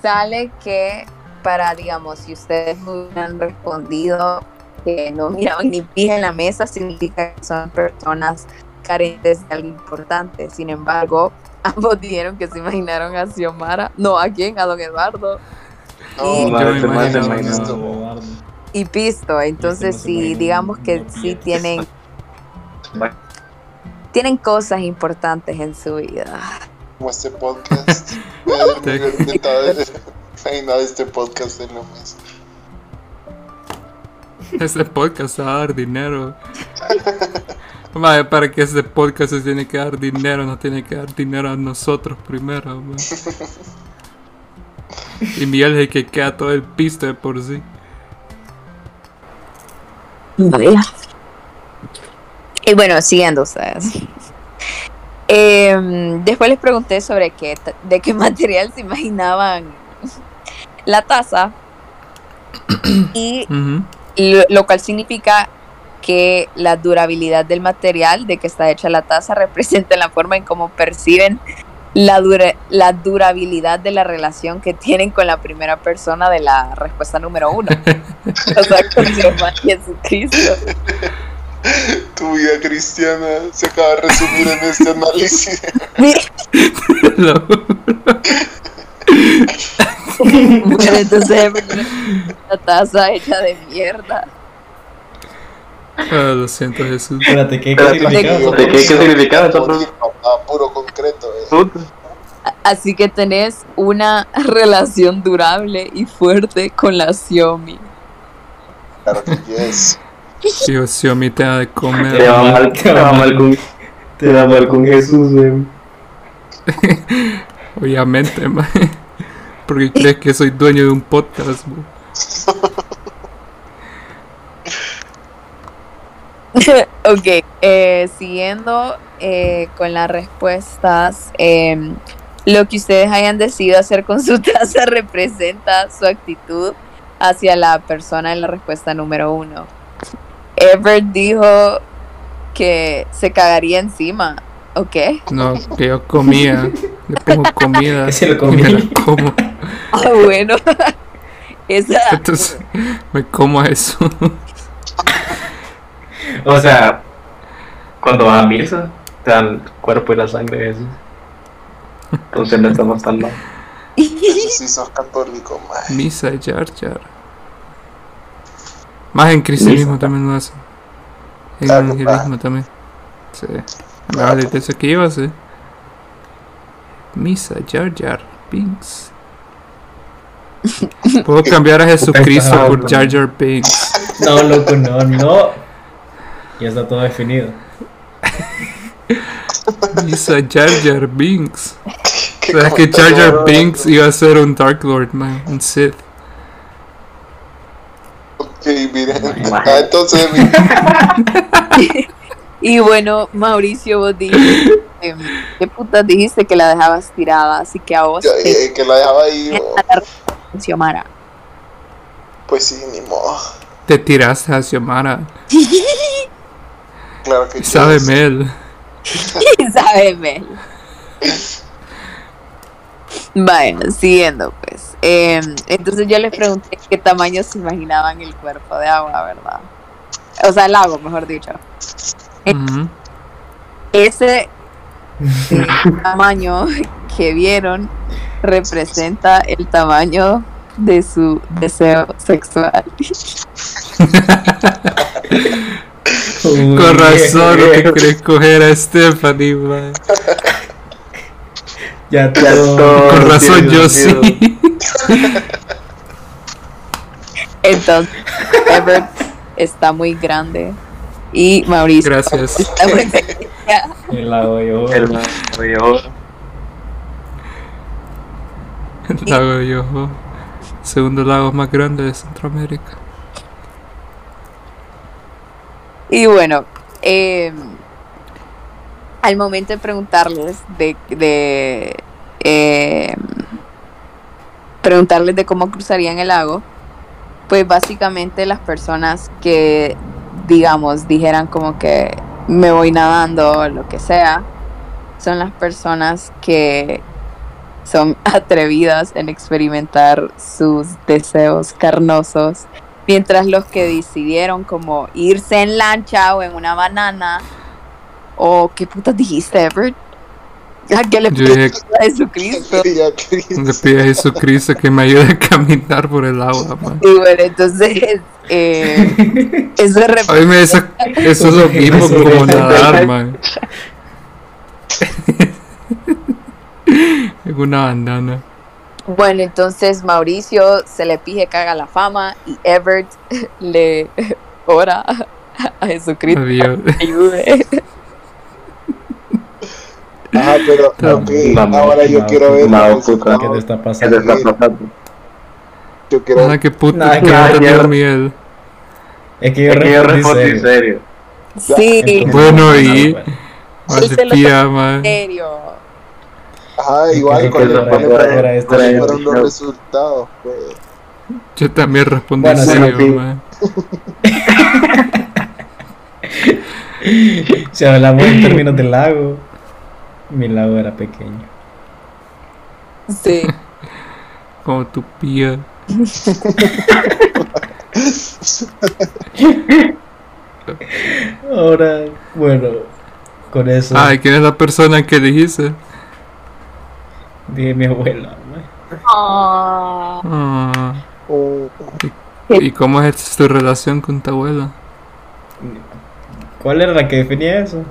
Speaker 5: sale que para, digamos, si ustedes me hubieran respondido que no miraban ni pija en la mesa, significa que son personas carentes de algo importante. Sin embargo, [LAUGHS] ambos dijeron que se imaginaron a Xiomara. No, ¿a quién? A don Eduardo.
Speaker 11: No,
Speaker 2: Yo me imagino,
Speaker 11: esto,
Speaker 2: no.
Speaker 1: Eduardo.
Speaker 5: y pisto. Entonces,
Speaker 1: no se
Speaker 5: sí,
Speaker 1: imagina
Speaker 5: digamos que sí tienen tienen cosas importantes en su vida.
Speaker 11: como este podcast. Voy a dormir ahorita, a ver, Ay, no, este podcast es lo más.
Speaker 2: Ese este podcast va a dar dinero. [LAUGHS] Madre, para que ese podcast se tiene que dar dinero, nos tiene que dar dinero a nosotros primero. ma. Y Miguel es el que queda todo el pisto de por sí.
Speaker 5: Vaya. Y bueno, siguiendo ustedes. [LAUGHS] Em, después les pregunté sobre qué, ta- de qué [LAUGHS] material se imaginaban la taza. Y
Speaker 2: Ujú. [LAUGHS]
Speaker 5: lo, lo cual significa que la durabilidad del material de que está hecha la taza representa la forma en cómo perciben la, dura- la durabilidad de la relación que tienen con la primera persona de la respuesta número uno. o sea, con Jehová Jesucristo.
Speaker 11: Tu vida cristiana se acaba de resumir en este
Speaker 2: [LAUGHS]
Speaker 11: análisis.
Speaker 5: Sí.
Speaker 2: Lo-
Speaker 5: [LAUGHS] Bueno, entonces la taza hecha de mierda.
Speaker 2: Ah, lo siento, Jesús.
Speaker 1: Espérate, ¿qué, qué
Speaker 4: Espérate,
Speaker 1: significado?
Speaker 4: ¿de qué- qué significado entonces?
Speaker 11: Ah, puro concreto. eh.
Speaker 5: Así que tenés una relación durable y fuerte con la Xiaomi.
Speaker 11: Claro que yes.
Speaker 2: Yo, Xiaomi te da de comer.
Speaker 4: Te va mal, te va mal con, te va mal con Jesús, güey.
Speaker 2: Obviamente, man. [LAUGHS] Porque crees que soy dueño de un podcast, man.
Speaker 5: ok, eh, siguiendo eh, con las respuestas, eh, lo que ustedes hayan decidido hacer con su [LAUGHS] taza representa su actitud hacia la persona en la respuesta número uno. Everett dijo que se cagaría encima, ¿ok?
Speaker 2: No, que yo comía. Le pongo
Speaker 1: [LAUGHS]
Speaker 2: comida.
Speaker 1: Que se lo
Speaker 2: Y
Speaker 1: comí.
Speaker 2: me la como.
Speaker 5: Ah, bueno. [LAUGHS] Esa,
Speaker 2: Entonces, me como a Jesús.
Speaker 4: O sea, cuando vas a misa, te dan el cuerpo y la sangre de Jesús. Entonces no estamos tan mal.
Speaker 11: Si sos católico, maje.
Speaker 2: Misa de Jar Jar. Más en cristianismo también lo hacen. En
Speaker 11: Claro,
Speaker 2: evangelismo también. Sí. Me vale de eso que ibas, eh. Misa, Jar Jar, Binks. Puedo cambiar a Jesucristo por Jar Jar Binks.
Speaker 1: No, loco, no, no. Ya está todo definido.
Speaker 2: Misa, Jar Jar
Speaker 11: [LAUGHS]
Speaker 2: Binks.
Speaker 11: Qué
Speaker 2: ¿Sabes que Jar Jar
Speaker 11: comentario,
Speaker 2: Binks iba a ser un Dark Lord, man? Un Sith.
Speaker 11: Ok, miren. Ah, entonces,
Speaker 4: [LAUGHS]
Speaker 11: mi-
Speaker 5: y bueno, Mauricio, vos dijiste, em, ¿qué putas dijiste que la dejabas tirada? Así que a vos
Speaker 11: yo,
Speaker 5: te
Speaker 11: eh, que la dejaba ahí. o-
Speaker 5: a la respuesta, [LAUGHS] Mara.
Speaker 11: Pues sí, ni modo.
Speaker 2: Te tiraste a Xiomara.
Speaker 11: Claro que
Speaker 2: Sabe
Speaker 11: yes.
Speaker 2: Mel.
Speaker 5: Sabe Mel. Bueno, siguiendo pues. Eh, entonces yo les pregunté qué tamaño se imaginaban el cuerpo de agua, ¿verdad? O sea, el lago, mejor dicho.
Speaker 2: Ujú.
Speaker 5: Ese eh, tamaño que vieron representa el tamaño de su deseo sexual.
Speaker 1: Uy,
Speaker 2: Con razón, lo que querés coger a Stephanie, man.
Speaker 1: Ya
Speaker 4: Ya
Speaker 1: todo.
Speaker 4: todo
Speaker 2: Con razón,
Speaker 4: tiene
Speaker 2: yo
Speaker 4: sentido.
Speaker 2: sí. [LAUGHS]
Speaker 5: Entonces, Everett está muy grande y Mauricio
Speaker 2: Gracias. [LAUGHS]
Speaker 5: está muy pequeño.
Speaker 1: El lago yo.
Speaker 4: El oye, oh,
Speaker 2: Lago de Yoho. Segundo lago más grande de Centroamérica.
Speaker 5: Y bueno, eh, al momento de preguntarles de, de, eh, preguntarles de cómo cruzarían el lago, pues básicamente las personas que digamos dijeran como que me voy nadando o lo que sea, son las personas que son [LAUGHS] atrevidas en experimentar sus deseos carnosos Mientras los que decidieron como irse en lancha o en una banana. O qué putas dijiste, Everett. ¿A qué le
Speaker 2: Yo
Speaker 5: pidió
Speaker 2: dije,
Speaker 5: a Jesucristo?
Speaker 11: Ya que-
Speaker 2: le pido a Jesucristo que me ayude a caminar por el agua, man.
Speaker 5: Y bueno, entonces
Speaker 1: [LAUGHS]
Speaker 5: eh, eso
Speaker 2: A mí
Speaker 5: representa
Speaker 2: me eso, eso es lo mismo como nadar, man. [LAUGHS] Es una bandana.
Speaker 5: Bueno, entonces Mauricio se le pide que haga la fama y Everett [LAUGHS] le ora a Jesucristo
Speaker 2: Adiós.
Speaker 5: que ayude.
Speaker 11: Ajá, pero ok,
Speaker 4: Mamá,
Speaker 11: ahora yo
Speaker 1: mamá,
Speaker 11: quiero ver.
Speaker 4: mamá,
Speaker 11: entonces,
Speaker 4: puta.
Speaker 1: ¿Qué te
Speaker 11: no,
Speaker 1: está
Speaker 4: ¿Qué te
Speaker 1: pasando?
Speaker 4: está pasando?
Speaker 11: Yo quiero
Speaker 2: Nada, que puto
Speaker 1: Nada, que
Speaker 2: pregunta,
Speaker 4: ayer-
Speaker 2: tío Miguel.
Speaker 1: Es que yo
Speaker 4: Es que yo respondí
Speaker 1: respondí
Speaker 4: en
Speaker 1: serio.
Speaker 4: serio.
Speaker 5: Sí,
Speaker 1: Entonces,
Speaker 2: Bueno, y-
Speaker 1: bueno.
Speaker 2: Ahora se pía, man.
Speaker 5: en serio.
Speaker 11: Ajá,
Speaker 1: Es
Speaker 11: igual
Speaker 1: que
Speaker 11: con
Speaker 1: yo
Speaker 11: el
Speaker 1: respondí
Speaker 11: cuáles
Speaker 1: fuera de esta
Speaker 4: fuera de-
Speaker 11: fueron los
Speaker 4: no.
Speaker 11: resultados, pues.
Speaker 2: Yo también respondí
Speaker 1: Bueno, sí,
Speaker 2: serio,
Speaker 4: sí.
Speaker 2: man.
Speaker 1: Si hablamos en términos del lago, mi lago era pequeño.
Speaker 5: Sí.
Speaker 2: Como tu pía.
Speaker 1: Ahora, bueno, con eso
Speaker 2: Ay, ¿quién es la persona que dijiste?
Speaker 1: dije mi abuela. ¿no?
Speaker 2: Ah,
Speaker 11: Oh,
Speaker 2: Oh, ¿Y cómo es tu relación con tu abuela?
Speaker 1: ¿Cuál era la que definía eso?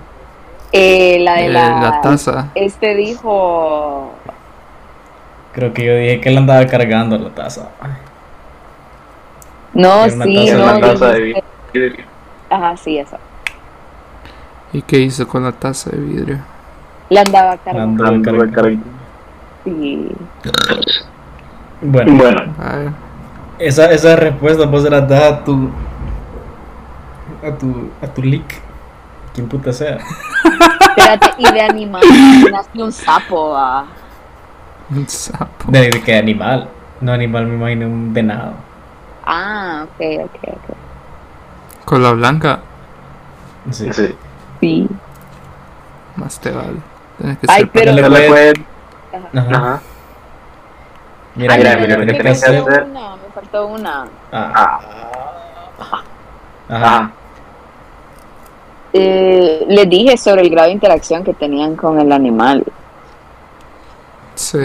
Speaker 5: Eh, la de
Speaker 2: Eh,
Speaker 5: la...
Speaker 2: la taza.
Speaker 5: Este dijo...
Speaker 1: Creo que yo dije que él andaba cargando la taza.
Speaker 5: No,
Speaker 1: Era una
Speaker 5: sí,
Speaker 1: taza,
Speaker 5: no.
Speaker 1: una taza
Speaker 5: yo-
Speaker 1: de
Speaker 5: Ajá, sí, eso.
Speaker 2: ¿Y qué hizo con la taza de vidrio?
Speaker 5: La andaba
Speaker 1: Ah.
Speaker 5: cargando. Sí.
Speaker 1: Bueno.
Speaker 7: Bueno.
Speaker 1: Esa, esa respuesta vos se la das a tu. a tu. a tu leak. Quien puta sea.
Speaker 5: Espérate, y de animal nació un sapo, va.
Speaker 2: [LAUGHS] Un sapo.
Speaker 1: ¿De, de qué animal? No animal, me imagino un venado.
Speaker 5: Ah, ok, ok, ok.
Speaker 2: ¿Con la blanca?
Speaker 1: Sí.
Speaker 7: Sí.
Speaker 2: Más te vale. Tienes que
Speaker 5: Ay,
Speaker 2: ser
Speaker 5: pero-
Speaker 2: pato.
Speaker 1: Pues,
Speaker 5: No le puede-
Speaker 1: Ajá. Mira,
Speaker 5: Ay,
Speaker 1: mira, mira, Ah.
Speaker 5: me
Speaker 1: lo
Speaker 5: faltó-
Speaker 1: que
Speaker 5: me
Speaker 1: tenés que
Speaker 5: faltó
Speaker 1: hacer.
Speaker 5: una, me faltó una.
Speaker 1: Ah. Ajá.
Speaker 5: Eh, les dije sobre el grado de interacción que tenían con el animal.
Speaker 2: Sí.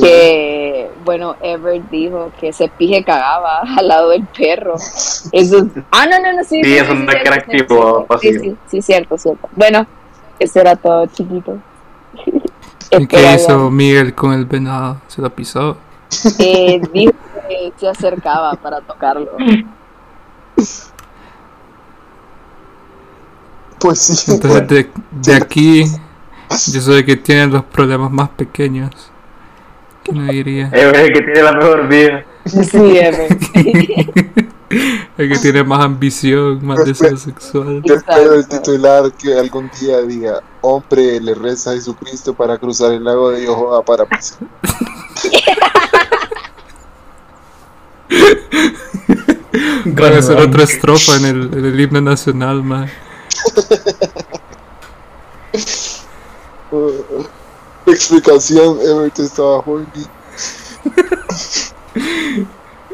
Speaker 5: Que, bueno, Ever dijo que se pije cagaba [LAUGHS] al lado del perro. Eso es- Ah, no, no, no, sí.
Speaker 7: Sí,
Speaker 5: sí,
Speaker 7: es
Speaker 5: sí,
Speaker 7: un
Speaker 5: cierto,
Speaker 7: hacker
Speaker 5: cierto,
Speaker 7: activo
Speaker 5: Sí,
Speaker 7: pasivo.
Speaker 5: sí, sí, cierto, cierto. Bueno, eso era todo, chiquito.
Speaker 2: ¿Y qué
Speaker 5: Espera,
Speaker 2: hizo Miguel con el venado? ¿Se lo pisó?
Speaker 5: Eh, dijo que se acercaba para tocarlo.
Speaker 11: Pues
Speaker 2: [LAUGHS]
Speaker 11: sí.
Speaker 2: Entonces de, de aquí yo soy el que tiene los problemas más pequeños. ¿Qué no diría?
Speaker 7: Es el que tiene la mejor vida.
Speaker 5: Sí, Ever.
Speaker 2: El que tiene más ambición, más deseo sexual.
Speaker 11: Yo espero el titular que algún día diga, hombre, le reza a Jesucristo para cruzar el lago de Yohoa para pasar. [LAUGHS]
Speaker 2: Van a hacer otra estrofa en el, en el himno nacional, [LAUGHS] más.
Speaker 11: Explicación, Everton estaba horny.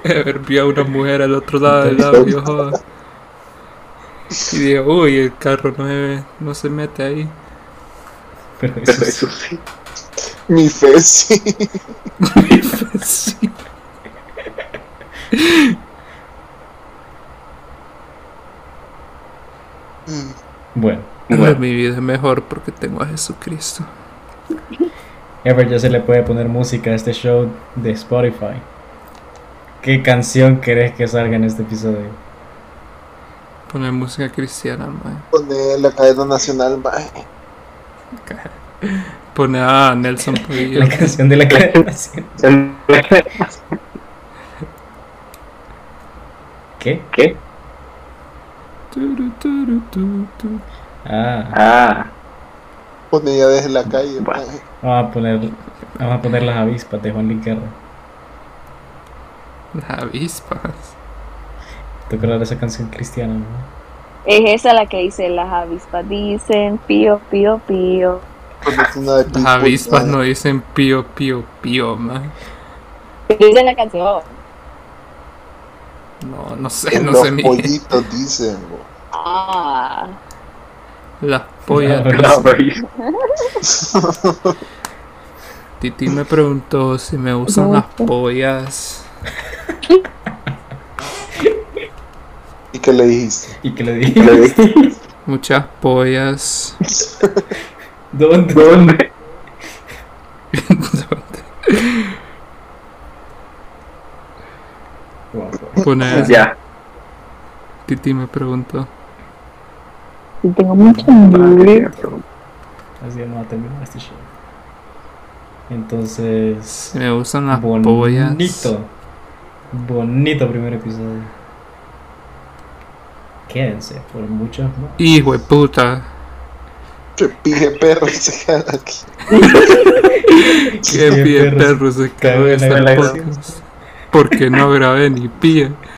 Speaker 2: Haber vio a una mujer al otro lado del labio, joda. Y digo, uy, el carro no, se- no se mete ahí. [LAUGHS]
Speaker 1: Pero eso
Speaker 7: sí.
Speaker 11: Mi fe [LAUGHS] sí.
Speaker 2: Pues Sí.
Speaker 1: Bueno.
Speaker 4: [LAUGHS]
Speaker 2: Ahora Mi vida es mejor porque tengo a Jesucristo.
Speaker 1: Ever ya se le puede poner música a este show de Spotify. ¿Qué canción querés que salga en este episodio?
Speaker 2: Poner música cristiana, man.
Speaker 11: Poner la cadena nacional, mae.
Speaker 2: Pone a Nelson Portillo.
Speaker 1: La canción de [LAUGHS] la cadena. ¿Qué?
Speaker 7: ¿Qué?
Speaker 2: Turu, turu, tu, tu.
Speaker 1: Ah,
Speaker 7: Ah,
Speaker 11: Poner ya desde la calle, mae.
Speaker 1: vamos a poner, vamos a poner las avispas de Juan Luis Guerra.
Speaker 2: Las avispas.
Speaker 1: ¿Tú crees esa canción cristiana? no?
Speaker 5: Es esa la que dice las avispas dicen pío, pío, pío.
Speaker 11: Poner una de
Speaker 2: Las avispas no dicen pío, pío, pío, man.
Speaker 5: Pero esa es la canción.
Speaker 2: No, no sé,
Speaker 11: En
Speaker 2: no
Speaker 11: los
Speaker 2: sé. mi-
Speaker 11: pollitos dicen, bo.
Speaker 5: Ah,
Speaker 2: [LAUGHS] Las pollas.
Speaker 1: No,
Speaker 2: Titi me preguntó si me usan las pollas.
Speaker 11: ¿Y qué le dijiste?
Speaker 1: ¿Y qué le dije?
Speaker 2: Muchas pollas. [LAUGHS]
Speaker 1: ¿Dónde?
Speaker 7: ¿Dónde?
Speaker 1: Guapo.
Speaker 2: Poner.
Speaker 7: Ya.
Speaker 2: Titi me preguntó.
Speaker 5: sí tengo mucho
Speaker 1: Así vamos a terminar este show. Entonces,
Speaker 2: Si me usan las pollas.
Speaker 1: bonito. Bonito primer episodio. Quédense por muchos más.
Speaker 2: Hijo de puta.
Speaker 11: Que pije perro y se quedan aquí.
Speaker 2: Qué bien perro se cagó
Speaker 1: cagó en
Speaker 2: este
Speaker 1: la grabación.
Speaker 2: podcast. Porque no grabé ni pía.